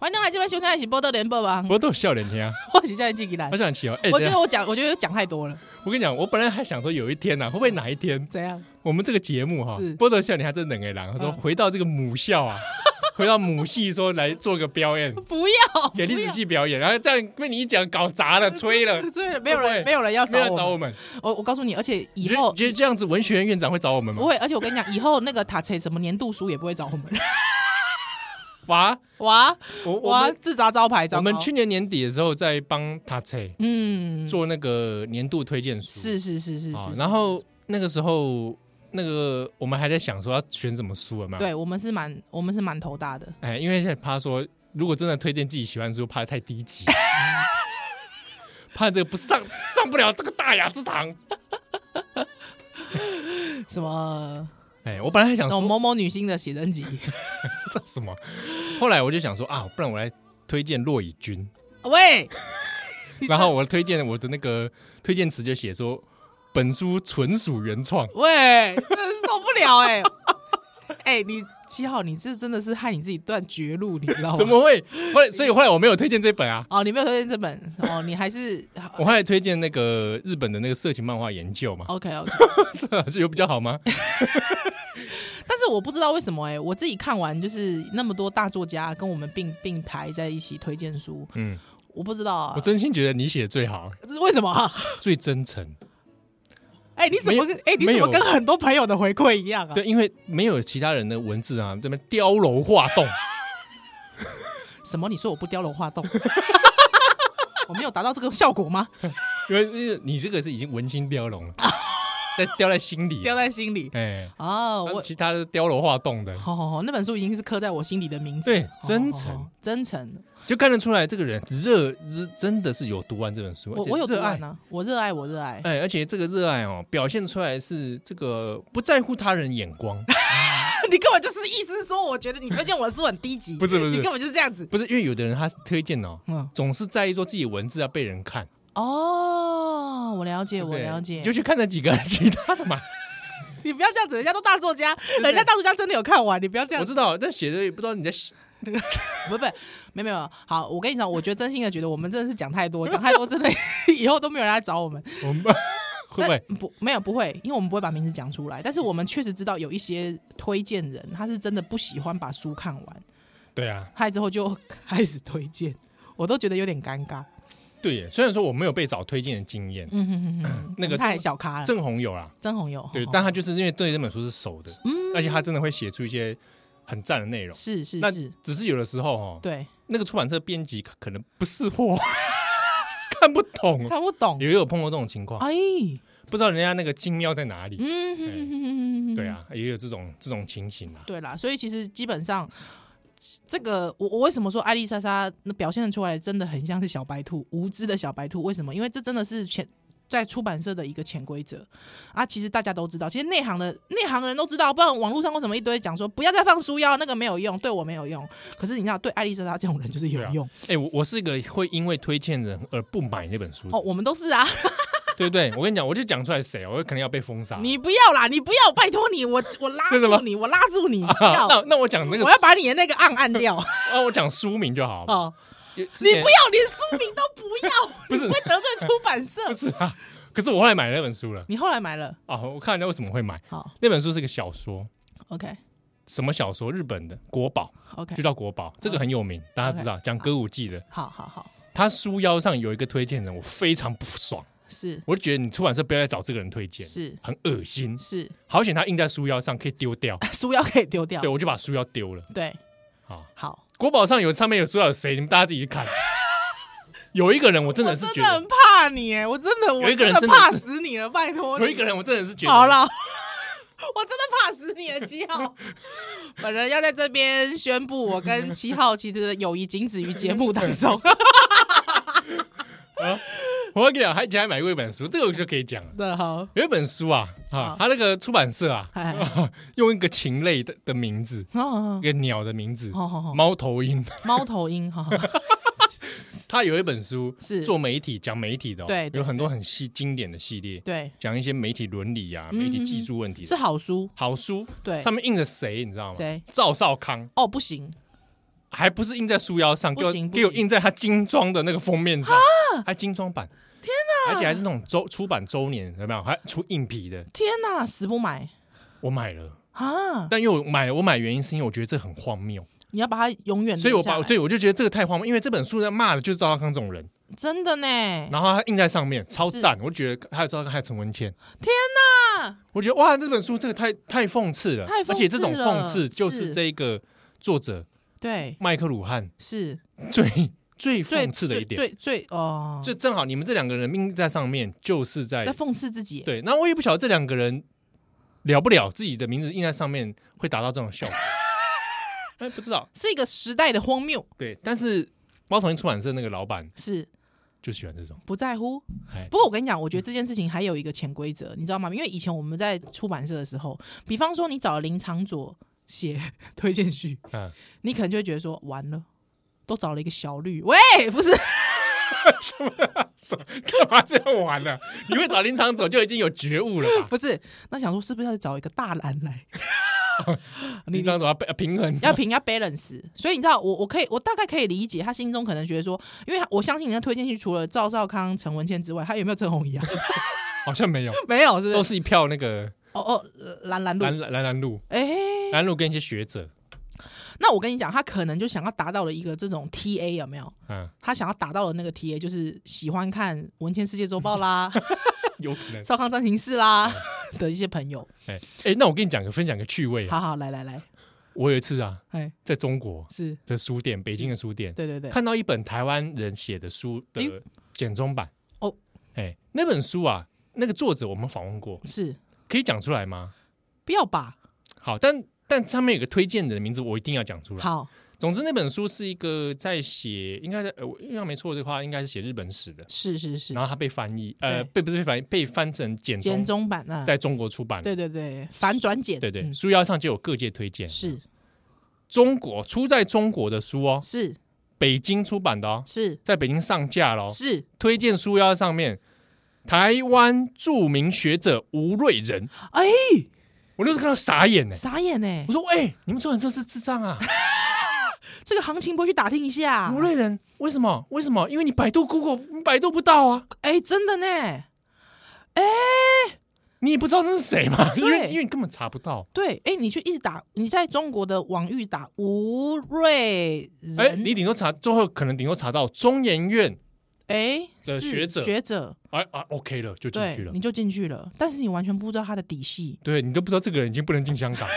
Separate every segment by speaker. Speaker 1: 欢迎大家来这边收听一起波多联播吧
Speaker 2: 不。过都有笑脸听啊，
Speaker 1: 我是叫你自己来
Speaker 2: 好，想起哦。哎、
Speaker 1: 我觉
Speaker 2: 等一
Speaker 1: 得
Speaker 2: 下
Speaker 1: 我讲，我觉得讲太多了。
Speaker 2: 我跟你讲，我本来还想说有一天呐、啊，会不会哪一天
Speaker 1: 怎样？
Speaker 2: 我们这个节目哈、
Speaker 1: 是
Speaker 2: 波多笑脸还真冷哎狼，他说
Speaker 1: 嗯
Speaker 2: 回到这个母校啊， 回到母系说来做个表 演，
Speaker 1: 不要，
Speaker 2: 给历
Speaker 1: 不
Speaker 2: 史
Speaker 1: 要
Speaker 2: 系表演，然后这样被你一讲搞 砸了，吹了，
Speaker 1: 对了，没有
Speaker 2: 会不会
Speaker 1: 人，没有人要
Speaker 2: 没
Speaker 1: 找
Speaker 2: 有人找
Speaker 1: 我
Speaker 2: 我
Speaker 1: 们。
Speaker 2: 们。
Speaker 1: 我我告诉你，而且
Speaker 2: 你
Speaker 1: 以
Speaker 2: 觉得
Speaker 1: 后
Speaker 2: 你觉得这样子文学院院长会找我们吗
Speaker 1: 不？会，而且我跟你讲，以后那个塔切什么年度书也不会找我 们。
Speaker 2: 哇，
Speaker 1: 哇，
Speaker 2: 我我
Speaker 1: 哇，
Speaker 2: 们
Speaker 1: 自砸招牌，糟糕
Speaker 2: 我们去年年底的时候在帮塔切
Speaker 1: 嗯，
Speaker 2: 做那个年度推荐书，
Speaker 1: 是是是是
Speaker 2: 啊
Speaker 1: 是，
Speaker 2: 然后那个时候那个我们还在想说要选什么书了嘛？，
Speaker 1: 对我们是蛮我们是蛮头大的，
Speaker 2: 哎，因为现在怕说如果真的推荐自己喜欢的书，怕太 低级，怕这个不上上不了这个大雅之堂。
Speaker 1: 什么
Speaker 2: 哎，我本来还想
Speaker 1: 什么
Speaker 2: 说
Speaker 1: 某某女星的写真集，
Speaker 2: 这什么？后来我就想说啊，不然我来推荐骆以 军，
Speaker 1: 喂，
Speaker 2: 然后我推荐我的那个推荐词就写说本书纯属原创。
Speaker 1: 喂，真的是受不了哎、 哎、你七号，你这真的是害你自己断绝路，你知道吗？
Speaker 2: 怎么会？后来，所以后来我没有推荐这本啊，
Speaker 1: 哦，你没有推荐这本哦，你还 是好
Speaker 2: 我后来推荐那个日本的那个色情漫画研究嘛，
Speaker 1: OK OK，
Speaker 2: 这这有比较好吗？
Speaker 1: 但是我不知道为什么哎、我自己看完就是那么多大作家跟我们并并排在一起推荐书，
Speaker 2: 嗯，
Speaker 1: 我不知道、啊
Speaker 2: 我，真心觉得你写的最好，
Speaker 1: 这是为什么、啊？
Speaker 2: 最真诚。
Speaker 1: 哎、你怎么
Speaker 2: 没
Speaker 1: 跟哎、你怎
Speaker 2: 没有
Speaker 1: 么跟很多朋友的回馈一样啊？
Speaker 2: 对，因为没有其他人的文字啊，这边雕龙画 栋，
Speaker 1: 什么？你说我不雕龙画栋？ 我没有达到这个效果 吗？
Speaker 2: 因为因为你这个是已经文心 雕龙了，在雕在心里啊
Speaker 1: 雕。在心里
Speaker 2: 哎，
Speaker 1: 哦，我哦
Speaker 2: 其他的雕龙画栋的，
Speaker 1: 好好好，那本书已经是刻在我心里的名字。
Speaker 2: 对，真
Speaker 1: 好好
Speaker 2: 诚
Speaker 1: 好真诚。
Speaker 2: 就看得出来，这个人热真真的是有读完这本书，
Speaker 1: 我
Speaker 2: 而且
Speaker 1: 我有读
Speaker 2: 热爱
Speaker 1: 完。啊呢，我热爱，我热 爱。
Speaker 2: 哎，而且这个热爱哦，表现出来是这个不在乎他人眼 光，
Speaker 1: 你根本就是意思说，我觉得你推荐我的书很低级，
Speaker 2: 不是不是
Speaker 1: 你根本就是这样子。
Speaker 2: 不是因为有的人他推荐哦，
Speaker 1: 嗯，
Speaker 2: 总是在意说自己文字要被人看。
Speaker 1: 哦，我了解，
Speaker 2: 对不
Speaker 1: 我
Speaker 2: 对
Speaker 1: 了解
Speaker 2: 你就。去看那几个其他的嘛。
Speaker 1: 你不要这样子，人家都大作家，
Speaker 2: 对
Speaker 1: 人家大作家真的有看完，你 不要这
Speaker 2: 我
Speaker 1: 样。
Speaker 2: 知道，但写的也不知道你在写
Speaker 1: 不不，没有没有。好，我跟你讲，我觉得真心的觉得我们真的是讲太多，讲太多真的以后都没有人来找我们。
Speaker 2: 我们 会不会？
Speaker 1: 但嗯不没有不会，因为我们不会把名字讲出来，但是我们确实知道有一些推荐人，他是真的不喜欢把书看完，
Speaker 2: 对啊，
Speaker 1: 嗨之后就 开始推荐，我都觉得有点尴尬。
Speaker 2: 对耶。虽然说我没有被找推荐的经验，
Speaker 1: 嗯哼哼哼，
Speaker 2: 那个
Speaker 1: 太小咖了，
Speaker 2: 郑红有啦，
Speaker 1: 真红友
Speaker 2: 对，
Speaker 1: 吼
Speaker 2: 但他就是因为对这本书是熟的，
Speaker 1: 哦嗯
Speaker 2: 而且他真的会写出一些很赞的内容。
Speaker 1: 是是
Speaker 2: 那
Speaker 1: 是，
Speaker 2: 只是有的时候哦，
Speaker 1: 对，
Speaker 2: 那个出版社编辑可可能不识货， 看不懂。
Speaker 1: 看不懂，
Speaker 2: 也有碰过这种情况，
Speaker 1: 哎，
Speaker 2: 不知道人家那个精妙在哪里。
Speaker 1: 嗯哼哼哼哼哼，
Speaker 2: 对，啊，也有这种这种情形啊。
Speaker 1: 对啦，所以其实基本上。这个我我为什么说艾丽莎莎那表现得出来真的很像是小白兔，无知的小白兔？为什么？因为这真的是潜在出版社的一个潜规则啊！其实大家都知道，其实内行的内行的人都知道，不然网络上为什么一堆讲说不要再放书腰，那个没有用，对我没有用。可是你知道，对艾丽莎莎这种人就是有
Speaker 2: 对啊
Speaker 1: 用、
Speaker 2: 哎、我我是一个会因为推荐人而不买那本书的
Speaker 1: 哦，我们都是啊。
Speaker 2: 对不对？我跟你讲，我就讲出来谁，我可能要被封杀。
Speaker 1: 你不要啦，你不要，拜托你，我我拉
Speaker 2: 真的吗
Speaker 1: 住你，我拉住你，不
Speaker 2: 啊
Speaker 1: 要，
Speaker 2: 那那我讲那个
Speaker 1: 我，要把你的那个按按掉
Speaker 2: 啊，我讲书名就好。哦、
Speaker 1: 哦。
Speaker 2: 你
Speaker 1: 你不要，连书名都不要，
Speaker 2: 不是
Speaker 1: 你会得罪出版社。
Speaker 2: 不是啊？可是我后来买了那本书了
Speaker 1: 你后来买了，
Speaker 2: 啊！我看人家为什么会买
Speaker 1: 好
Speaker 2: 那本书是个小说，
Speaker 1: ，OK
Speaker 2: 什么小说？日本的国宝，
Speaker 1: OK，
Speaker 2: 就叫国宝，这个很有名，大家知道，讲歌舞伎的。
Speaker 1: 好好好，
Speaker 2: 他书腰上有一个推荐人，我非常不爽，
Speaker 1: 是
Speaker 2: 我就觉得你出版社不要再找这个人推荐，
Speaker 1: 是
Speaker 2: 很恶心。
Speaker 1: 是，
Speaker 2: 好险他印在书腰上，可以丢掉。
Speaker 1: 书要可以丢掉
Speaker 2: 对，，我就把书腰丢了。
Speaker 1: 对，
Speaker 2: 好，
Speaker 1: 好，
Speaker 2: 国宝上有上面有说到有谁，你们大家自己 去看。有一个人我真的是
Speaker 1: 我
Speaker 2: 觉
Speaker 1: 真的
Speaker 2: 得
Speaker 1: 很，怕你，哎，我真的，我
Speaker 2: 有一个人
Speaker 1: 真的
Speaker 2: 真的
Speaker 1: 怕死你了，拜托你，
Speaker 2: 有一个人我真的是觉得
Speaker 1: 好了， 我真的怕死你了，七号。本人要在这边宣布，我跟七号其实的友谊仅止于节目当 中。
Speaker 2: 我跟你讲，还以前还买过一本书，这个我就可以讲了。
Speaker 1: 对，好，
Speaker 2: 有一本书啊，啊
Speaker 1: 好，
Speaker 2: 它那个出版社啊，
Speaker 1: 哎，
Speaker 2: 用一个禽类的的名字，
Speaker 1: 哦
Speaker 2: 一个鸟的名字，
Speaker 1: 好好好，
Speaker 2: 猫头鹰。
Speaker 1: 猫头鹰，哦哈，
Speaker 2: 它有一本书
Speaker 1: 是
Speaker 2: 做媒体，讲媒体的哦，
Speaker 1: 对对
Speaker 2: 有很多很系经典的系列，
Speaker 1: 对，
Speaker 2: 讲一些媒体伦理啊、
Speaker 1: 嗯
Speaker 2: 媒体技术问题的
Speaker 1: 是好书，
Speaker 2: 好书，
Speaker 1: 对
Speaker 2: 上面印着谁，你知道吗？
Speaker 1: 谁？
Speaker 2: 赵少康，
Speaker 1: 哦，不行，
Speaker 2: 还不是印在书腰上，
Speaker 1: 不
Speaker 2: 给我
Speaker 1: 行不啊
Speaker 2: 给我
Speaker 1: 行
Speaker 2: 印在它精装的那个封面上，还精装版，天哪！而且还是那种周出版周年，有没有？还出硬皮的，
Speaker 1: 天哪，死不买
Speaker 2: 我买了。
Speaker 1: 啊！
Speaker 2: 但因为我买了，我买原因是因为我觉得这很荒谬，
Speaker 1: 你要把它永远留
Speaker 2: 所以我
Speaker 1: 下
Speaker 2: 把
Speaker 1: 来
Speaker 2: 对我就觉得这个太荒谬，因为这本书在骂的就是赵少康这种人，
Speaker 1: 真的呢，
Speaker 2: 然后他印在上面，超
Speaker 1: 是
Speaker 2: 赞！我就觉得还有赵少康，还有陈文茜，
Speaker 1: 啊
Speaker 2: 我觉得哇，这本书这个太太讽刺了，
Speaker 1: 太讽刺
Speaker 2: 而且这种讽刺
Speaker 1: 了
Speaker 2: 就是
Speaker 1: 是
Speaker 2: 这个作者
Speaker 1: 对，
Speaker 2: 麦克鲁汉
Speaker 1: 是
Speaker 2: 最
Speaker 1: 最
Speaker 2: 最讽刺的一点。
Speaker 1: 最最最哦，
Speaker 2: 这正好你们这两个人命在上面，就是在
Speaker 1: 在讽刺自己，
Speaker 2: 对。那我也不晓得这两个人了不了自己的名字印在上面会达到这 种效果，哎，不知道。
Speaker 1: 是一个时代的荒谬，
Speaker 2: 对，但是猫头鹰出版社那个老板
Speaker 1: 是
Speaker 2: 就喜欢这种，
Speaker 1: 不在乎。
Speaker 2: 哎，
Speaker 1: 不过我跟你讲，我觉得这件事情还有一个潜规则，你知道吗？因为以前我们在出版社的时候，比方说你找了林长佐写 推荐序，
Speaker 2: 嗯，
Speaker 1: 你可能就会觉得说完了，都找了一个小绿，喂，不是
Speaker 2: 干嘛这样玩呢、你会找林长走就已经有觉悟了 吧？
Speaker 1: 不是，那想说是不是要找一个大蓝来？你
Speaker 2: 林长走要平平衡，
Speaker 1: 要评要 balance，所以你知道我我可以我大概可以理解他心中可能觉得说，因为他我相信人家推荐去除了赵少康、陈文茜之外，他有没有郑红怡啊？
Speaker 2: 好像没有，
Speaker 1: 没有，是
Speaker 2: 都
Speaker 1: 不是？
Speaker 2: 是一票那个
Speaker 1: 哦哦，呃蓝蓝路，
Speaker 2: 蓝蓝蓝路，
Speaker 1: 哎、
Speaker 2: 蓝路跟一些学者，
Speaker 1: 那我跟你讲，他可能就想要达到了一个这种 TA 有没有？
Speaker 2: 嗯，
Speaker 1: 他想要达到的那个 TA 就是喜欢看《文天世界周报》啦、
Speaker 2: 有可
Speaker 1: 《
Speaker 2: 能。
Speaker 1: 少康战情室》啦的一些朋友。
Speaker 2: 哎哎，那我跟你讲个分享个趣味啊，
Speaker 1: 好好，来来来，
Speaker 2: 我有一次啊，
Speaker 1: 哎，
Speaker 2: 在中国
Speaker 1: 是
Speaker 2: 的书店，北京的书店，
Speaker 1: 对对对，
Speaker 2: 看到一本台湾人写的书的
Speaker 1: 哎
Speaker 2: 简中版。
Speaker 1: 哦，
Speaker 2: 哎，那本书啊，那个作者我们访问过，
Speaker 1: 是
Speaker 2: 可以讲出来吗？
Speaker 1: 不要吧？
Speaker 2: 好，但但上面有个推荐人的名字，我一定要讲出来。
Speaker 1: 好，
Speaker 2: 总之，那本书是一个在写，应该在，呃我印象没错的话，应该是写日本史的。
Speaker 1: 是是是
Speaker 2: 然，后他被翻译，呃，
Speaker 1: 对
Speaker 2: 被不是被翻译，被翻成简
Speaker 1: 简
Speaker 2: 中，
Speaker 1: 中版啊，
Speaker 2: 在中国出版。
Speaker 1: 对对对，反转简，
Speaker 2: 对对，
Speaker 1: 嗯
Speaker 2: 书腰上就有各界推荐，
Speaker 1: 是
Speaker 2: 中国出在中国的书哦，
Speaker 1: 是
Speaker 2: 北京出版的哦，
Speaker 1: 是
Speaker 2: 在北京上架了哦。
Speaker 1: 是
Speaker 2: 推荐书腰上面，台湾著名学者吴瑞仁，
Speaker 1: 哎、
Speaker 2: 我那时候看到傻眼呢、
Speaker 1: 傻眼哎
Speaker 2: 我，说：“哎、你们出版社是智障啊！
Speaker 1: 这个行情不会去打听一下
Speaker 2: 吴？瑞仁为什么？为什么？因为你百度 Google 百度不到啊，
Speaker 1: 哎、真的呢，
Speaker 2: 你也不知道那是谁嘛，因为
Speaker 1: 对
Speaker 2: 因为你根本查不到。
Speaker 1: 对，哎、你去一直打，你在中国的网域打吴瑞仁，
Speaker 2: 哎、你顶多查最后可能顶多查到中研院，
Speaker 1: 哎
Speaker 2: 的
Speaker 1: 是
Speaker 2: 学者
Speaker 1: 学者，
Speaker 2: 哎啊 OK 了就进
Speaker 1: 对
Speaker 2: 去，了
Speaker 1: 你。就进去了，但是你完全不知道他的底细，
Speaker 2: 对你都不知道这个人已经不能进香港。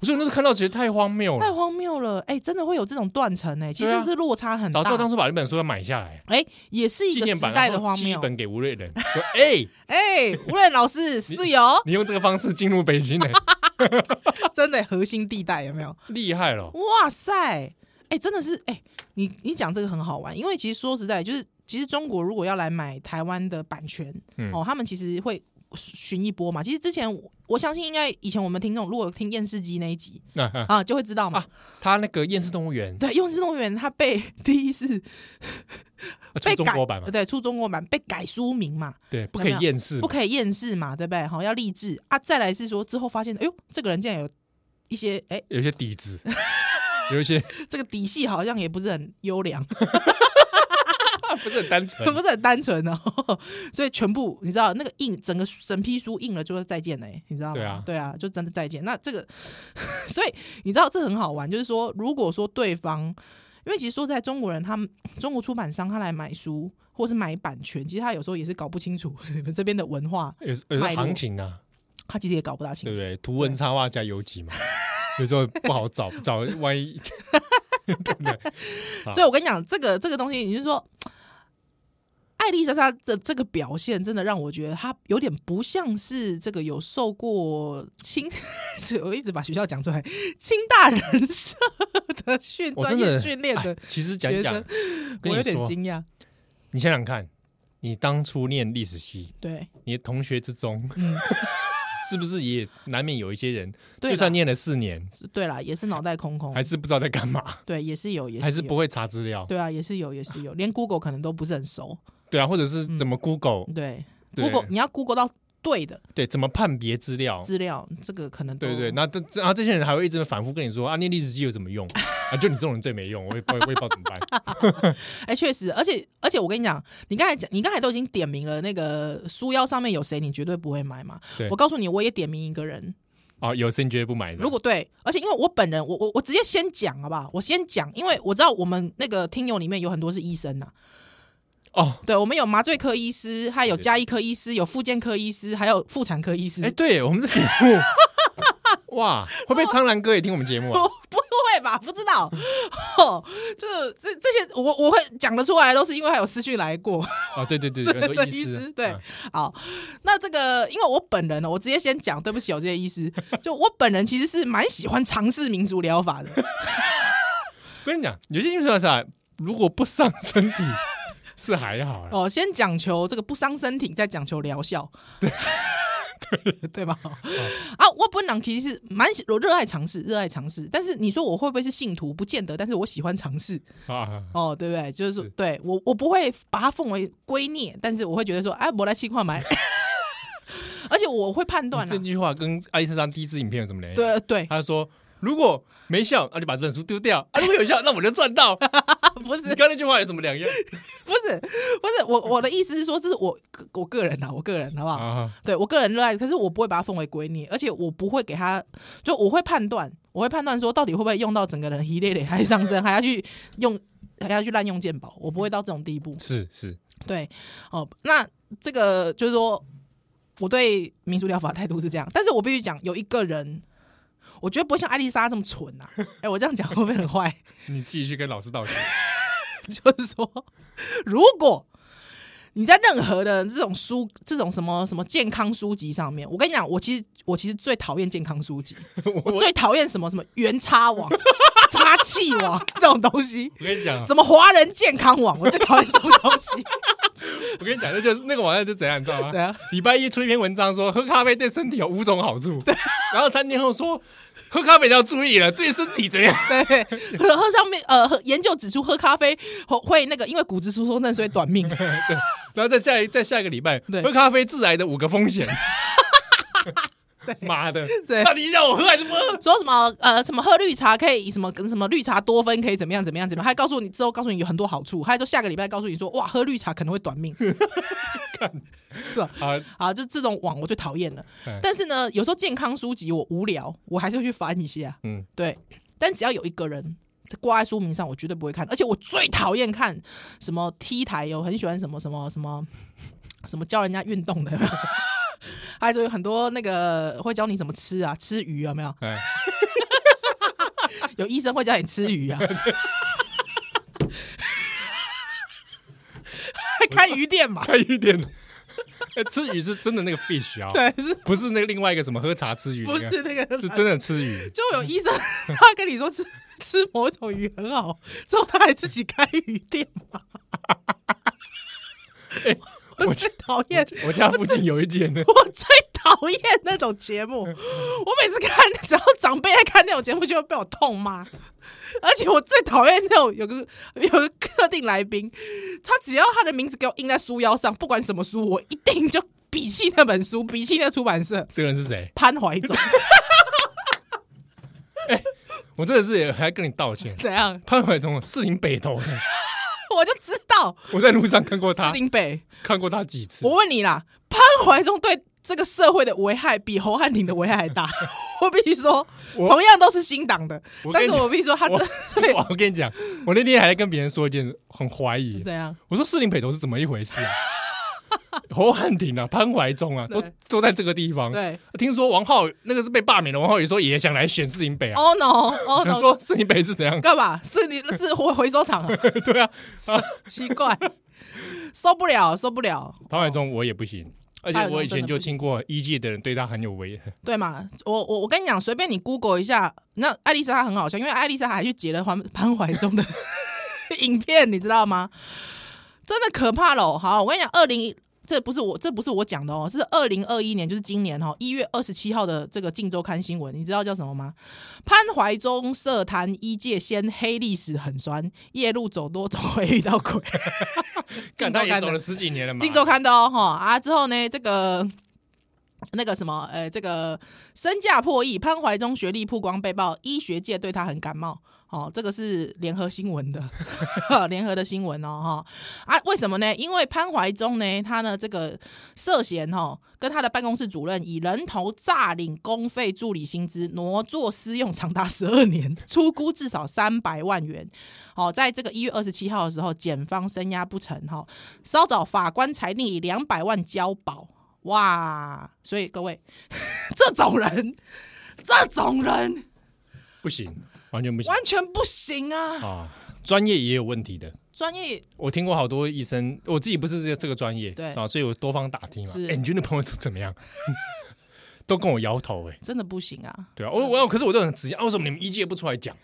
Speaker 2: 我说那时候看到觉得太荒谬
Speaker 1: 太
Speaker 2: 了，
Speaker 1: 荒谬了，哎、真的会有这种断层哎，其
Speaker 2: 哦对啊
Speaker 1: 实是落差很
Speaker 2: 早知道当
Speaker 1: 大。
Speaker 2: 初把那本书要买下来，
Speaker 1: 哎、也是一
Speaker 2: 纪
Speaker 1: 个
Speaker 2: 念
Speaker 1: 时
Speaker 2: 版，
Speaker 1: 代的
Speaker 2: 然后
Speaker 1: 荒
Speaker 2: 寄一
Speaker 1: 谬。
Speaker 2: 本给吴瑞仁，说哎。
Speaker 1: 哎，吴瑞仁老师是有
Speaker 2: 你用这个方式进入北京呢、欸
Speaker 1: 真的核心地带有没有？
Speaker 2: 厉害了！
Speaker 1: 哇塞，哎、真的是哎、你你讲这个很好玩，因为其实说实在，就是其实中国如果要来买台湾的版权，
Speaker 2: 嗯
Speaker 1: 哦，他们其实会寻一波嘛。其实之前我我相信，应该以前我们听众如果有听验视机那一集
Speaker 2: 啊啊
Speaker 1: 啊，就会知道嘛。
Speaker 2: 啊他那个厌世动物园
Speaker 1: 对，用智动物园它被第一次
Speaker 2: 啊出
Speaker 1: 被
Speaker 2: 中
Speaker 1: 改
Speaker 2: 国版嘛，
Speaker 1: 对，出中国版被改书名嘛，
Speaker 2: 对，不可以厌世
Speaker 1: 不
Speaker 2: 嘛，
Speaker 1: 可以厌世嘛，对不对？好，要励志啊。再来是说之后发现，哎呦，这个人竟然有一些哎，
Speaker 2: 有一些底子， 有一些
Speaker 1: 这个底细好像也不是很优良。
Speaker 2: 不是很单纯。
Speaker 1: 不是很单纯哦， 所以全部你知道那个印整个整批书印了就是再见了欸、你知道吗？
Speaker 2: 对啊
Speaker 1: 就真的再见。那这个， 所以你知道这很好玩，就是说，如果说对方，因为其实说实在中国人他们中国出版商他来买书或是买版权，其实他有时候也是搞不清楚 你们这边的文化，
Speaker 2: 有有时
Speaker 1: 脉
Speaker 2: 候
Speaker 1: 络
Speaker 2: 行情啊，
Speaker 1: 他其实也搞不大清
Speaker 2: 对
Speaker 1: 楚。
Speaker 2: 不对？图文插画加游记 嘛，有时候不好找，找万一对不对？啊
Speaker 1: 所以我跟你讲，这个这个东西，你就说。艾丽莎莎的这个表现，真的让我觉得她有点不像是这个有受过清， 是我一直把学校讲出来，清大人社的训
Speaker 2: 我
Speaker 1: 专
Speaker 2: 真的
Speaker 1: 业训练的
Speaker 2: 哎，其实讲一讲
Speaker 1: 学，我
Speaker 2: 跟你
Speaker 1: 有点
Speaker 2: 说，
Speaker 1: 惊讶。
Speaker 2: 你想想看，你当初念历史系，
Speaker 1: 对，嗯
Speaker 2: 你的同学 之中， 是不是也难免有一些人，
Speaker 1: 对
Speaker 2: 就算
Speaker 1: 啦
Speaker 2: 念了四年，
Speaker 1: 对啦，也是脑袋空空
Speaker 2: 还，是不知道在干嘛？
Speaker 1: 对，也是有，也
Speaker 2: 还
Speaker 1: 是
Speaker 2: 是
Speaker 1: 有
Speaker 2: 不会查资料，
Speaker 1: 对啊，也是有，也是有，连 Google 可能都不是很熟。
Speaker 2: 对啊，或者是怎么 Google，
Speaker 1: 对
Speaker 2: 对
Speaker 1: 嗯，Google 嗯你要 Google 到对的
Speaker 2: 对，怎么判别资料？
Speaker 1: 资料，这个可能都
Speaker 2: 对对，那这这然后这些人还会一直反复跟你说啊，念历史记有什么用啊？就你这种人最没用，我也不我也不知道怎么办。
Speaker 1: 哎，确实，而且而且我跟你讲，你刚才讲，你刚才都已经点名了那个书腰上面有谁，你绝对不会买嘛
Speaker 2: 对。
Speaker 1: 我告诉你，我也点名一个人。
Speaker 2: 啊，有谁你绝对不买的？
Speaker 1: 如果对，而且因为我本人，我我我直接先讲好不好？我先讲，因为我知道我们那个听友里面有很多是医生呐、
Speaker 2: 哦，
Speaker 1: 对，我们有麻醉科医师，还有
Speaker 2: 对
Speaker 1: 加医科医师，有复健科医师，还有妇产科医师。
Speaker 2: 哎，对我们这节目，哇，会不会苍兰哥也听我们节目啊？
Speaker 1: 不不会吧？不知道， 哦、就是这这些我我会讲得出来，都是因为还有私讯来过。
Speaker 2: 啊，对对对，有很多
Speaker 1: 对
Speaker 2: 医
Speaker 1: 医
Speaker 2: 师
Speaker 1: 师，对
Speaker 2: 啊
Speaker 1: 好，那这个因为我本人呢，哦我直接先讲，对不起，哦有这些医师，就我本人其实是蛮喜欢尝试民俗疗法的。
Speaker 2: 我跟你讲，有些医生啥，如果不伤身体是还好啊。
Speaker 1: 哦，先讲求这个不伤身体，再讲求疗效。对对吧？啊，我本人其实是蛮喜我热爱尝试，热爱尝试。但是你说我会不会是信徒？不见得，但是我喜欢尝试。
Speaker 2: 啊，
Speaker 1: 哦，对不对？就是说
Speaker 2: 是
Speaker 1: 对我我不会把它奉为圭臬，但是我会觉得说，哎，我来气块买。 而且我会判断
Speaker 2: 这
Speaker 1: 啊，
Speaker 2: 句话跟爱丽莎莎第一支影片有什么联系？，
Speaker 1: 对对，
Speaker 2: 他说如果没效，那、就把这本书丢掉；啊，如果有效，那我就赚到。
Speaker 1: 不是
Speaker 2: 你刚才那句话有什么两样
Speaker 1: 不是不是，我我的意思是说，这是我我个人啊，我个人好不好？
Speaker 2: 啊？
Speaker 1: 对我个人热爱，可是我不会把它奉为圭臬，而且我不会给他，就我会判断，我会判断说到底会不会用到整个人 一累累还上身，还要去用，还要去滥用鉴宝，我不会到这种地步。
Speaker 2: 是是，
Speaker 1: 对，哦，那这个就是说我对民俗疗法的态度是这样，但是我必须讲，有一个人，我觉得不会像艾丽莎这么蠢呐、啊。 哎、我这样讲会不会很坏？
Speaker 2: 你继续跟老师 道歉。
Speaker 1: 就是说，如果你在任何的这种书、这种什么什么健康书籍上面，我跟你讲，我其实我其实最讨厌健康书籍，我最讨厌什么什么原叉网、叉气网 这种东西，
Speaker 2: 我跟你讲，啊
Speaker 1: 什么华人健康网，我最讨厌这种东西。
Speaker 2: 我跟你讲，那就是那个网站就怎样，你知道吗？
Speaker 1: 对啊，
Speaker 2: 礼拜一出一篇文章说喝咖啡对身体有五种好处，然后三天后说喝咖啡要注意了，对身体怎样？
Speaker 1: 对，喝喝上面呃，喝研究指出喝咖啡会会那个，因为骨质疏松症所以短命。
Speaker 2: 然后再下一再下一个礼拜，
Speaker 1: 对
Speaker 2: 喝咖啡致癌的五个风险。 妈的，
Speaker 1: 对
Speaker 2: 到底让我喝还是不喝？
Speaker 1: 说什么呃什么喝绿茶可以什么什么绿茶多酚可以怎么样怎么样怎么样，还告诉你之后告诉你有很多好处，还说下个礼拜告诉你说哇喝绿茶可能会短 命，是啊，
Speaker 2: 啊，
Speaker 1: 好就这种网我最讨厌了
Speaker 2: 哎。
Speaker 1: 但是呢，有时候健康书籍我无聊，我还是会去翻一下，
Speaker 2: 嗯，
Speaker 1: 对。但只要有一个人挂在书名上，我绝对不会看，而且我最讨厌看什么 T 台哦，很喜欢什么什么什么什么教人家运动的。 还有有很多那个会教你怎么吃啊，吃鱼有没有？
Speaker 2: 哎，
Speaker 1: 有医生会叫你吃鱼啊， 开鱼店嘛？
Speaker 2: 开一点。哎吃鱼是真的那个 fish 啊，
Speaker 1: 对，是
Speaker 2: 不是那个另外一个什么喝茶吃鱼那
Speaker 1: 不
Speaker 2: 个，
Speaker 1: 是那个？
Speaker 2: 是真的吃鱼。
Speaker 1: 就有医生他跟你说吃吃某种鱼很好，之后他还自己开鱼店 嘛？
Speaker 2: 哎
Speaker 1: 我最讨厌，
Speaker 2: 我家附近有一间呢，
Speaker 1: 我最讨厌那种节目。
Speaker 2: 嗯
Speaker 1: 我每次看，只要长辈在看那种节目，就会被我痛骂。而且我最讨厌那种有个有个特定来宾，他只要他的名字给我印在书腰上，不管什么书，我一定就鄙弃那本书，鄙弃那出版社。
Speaker 2: 这个人是谁？
Speaker 1: 潘怀 宗
Speaker 2: 我真的是也还跟你道歉。
Speaker 1: 怎样？
Speaker 2: 潘怀忠是林北头的，
Speaker 1: 我就知道
Speaker 2: 我在路上看过他，
Speaker 1: 林哦北。
Speaker 2: 看过他几次
Speaker 1: 我。问你啦，潘怀宗对这个社会的危害比侯汉廷的危害还 大。我必须说，
Speaker 2: 我
Speaker 1: 同样都是新党的，
Speaker 2: 我跟
Speaker 1: 但
Speaker 2: 你
Speaker 1: 是我必须说他真
Speaker 2: 我哇 我跟你讲，我那天还在跟别人说一件很怀 疑，
Speaker 1: 怎样？
Speaker 2: 我说士林北头是怎么一回 事啊？侯汉廷啊，潘怀忠啊，都
Speaker 1: 对
Speaker 2: 都在这个地方。
Speaker 1: 对。
Speaker 2: 听说王浩那个是被罢免的，王浩宇说也想来选士林北啊。
Speaker 1: 哦 no，哦
Speaker 2: 想
Speaker 1: no，
Speaker 2: 说士林北是怎样？
Speaker 1: 干嘛？是你是回回收厂、啊？
Speaker 2: 对啊，啊
Speaker 1: 奇怪，受不了，受不了，
Speaker 2: 潘怀忠我也不行，而且
Speaker 1: 潘怀忠
Speaker 2: 我以前
Speaker 1: 哦真的
Speaker 2: 就
Speaker 1: 不行
Speaker 2: 听过一届的人对他很有 威，
Speaker 1: 对嘛？我我我跟你讲，随便你 Google 一下，那艾丽莎她很好笑，因为艾丽莎还去截了潘潘怀忠的 影片，你知道吗？真的可怕喽！好，我跟你讲，二零这不是我这不是我讲的哦，是二零二一年，就是今年哦，一月二十七号的这个《镜周刊》新闻，你知道叫什么吗？潘怀忠涉谈医界先黑历史很酸，夜路走多总会遇到鬼。
Speaker 2: 干
Speaker 1: 周
Speaker 2: 他也
Speaker 1: 刊
Speaker 2: 走
Speaker 1: 的
Speaker 2: 了十几年了嘛。
Speaker 1: 《镜周刊》的哦，哈啊，之后呢，这个那个什么，呃，这个身价破亿，潘怀忠学历曝光被曝，医学界对他很感冒。哦，这个是联合新闻的，联合的 新闻哦，哈、啊，为什么呢？因为潘怀忠呢，他呢这个涉嫌哦，跟他的办公室主任以人头诈领公费助理薪资，挪作私用长达十二年， 出估至少三百万元。哦，在这个一月二十七号的时候，检方声押不成，哈、稍早法官裁定以两百万交保。哇！所以各位， 这种人，这种人
Speaker 2: 不行，完全不行
Speaker 1: 完全不行啊！
Speaker 2: 啊！专业也有问题的，
Speaker 1: 专业
Speaker 2: 我听过好多医生，我自己不是这个这个专业，
Speaker 1: 对
Speaker 2: 啊，所以我多方打听嘛。
Speaker 1: 是
Speaker 2: 哎、你觉得朋友是怎么样？ 都跟我摇头哎、
Speaker 1: 真的不行啊！
Speaker 2: 对啊，我我可是我都很直接啊，为什么你们医界不出来讲？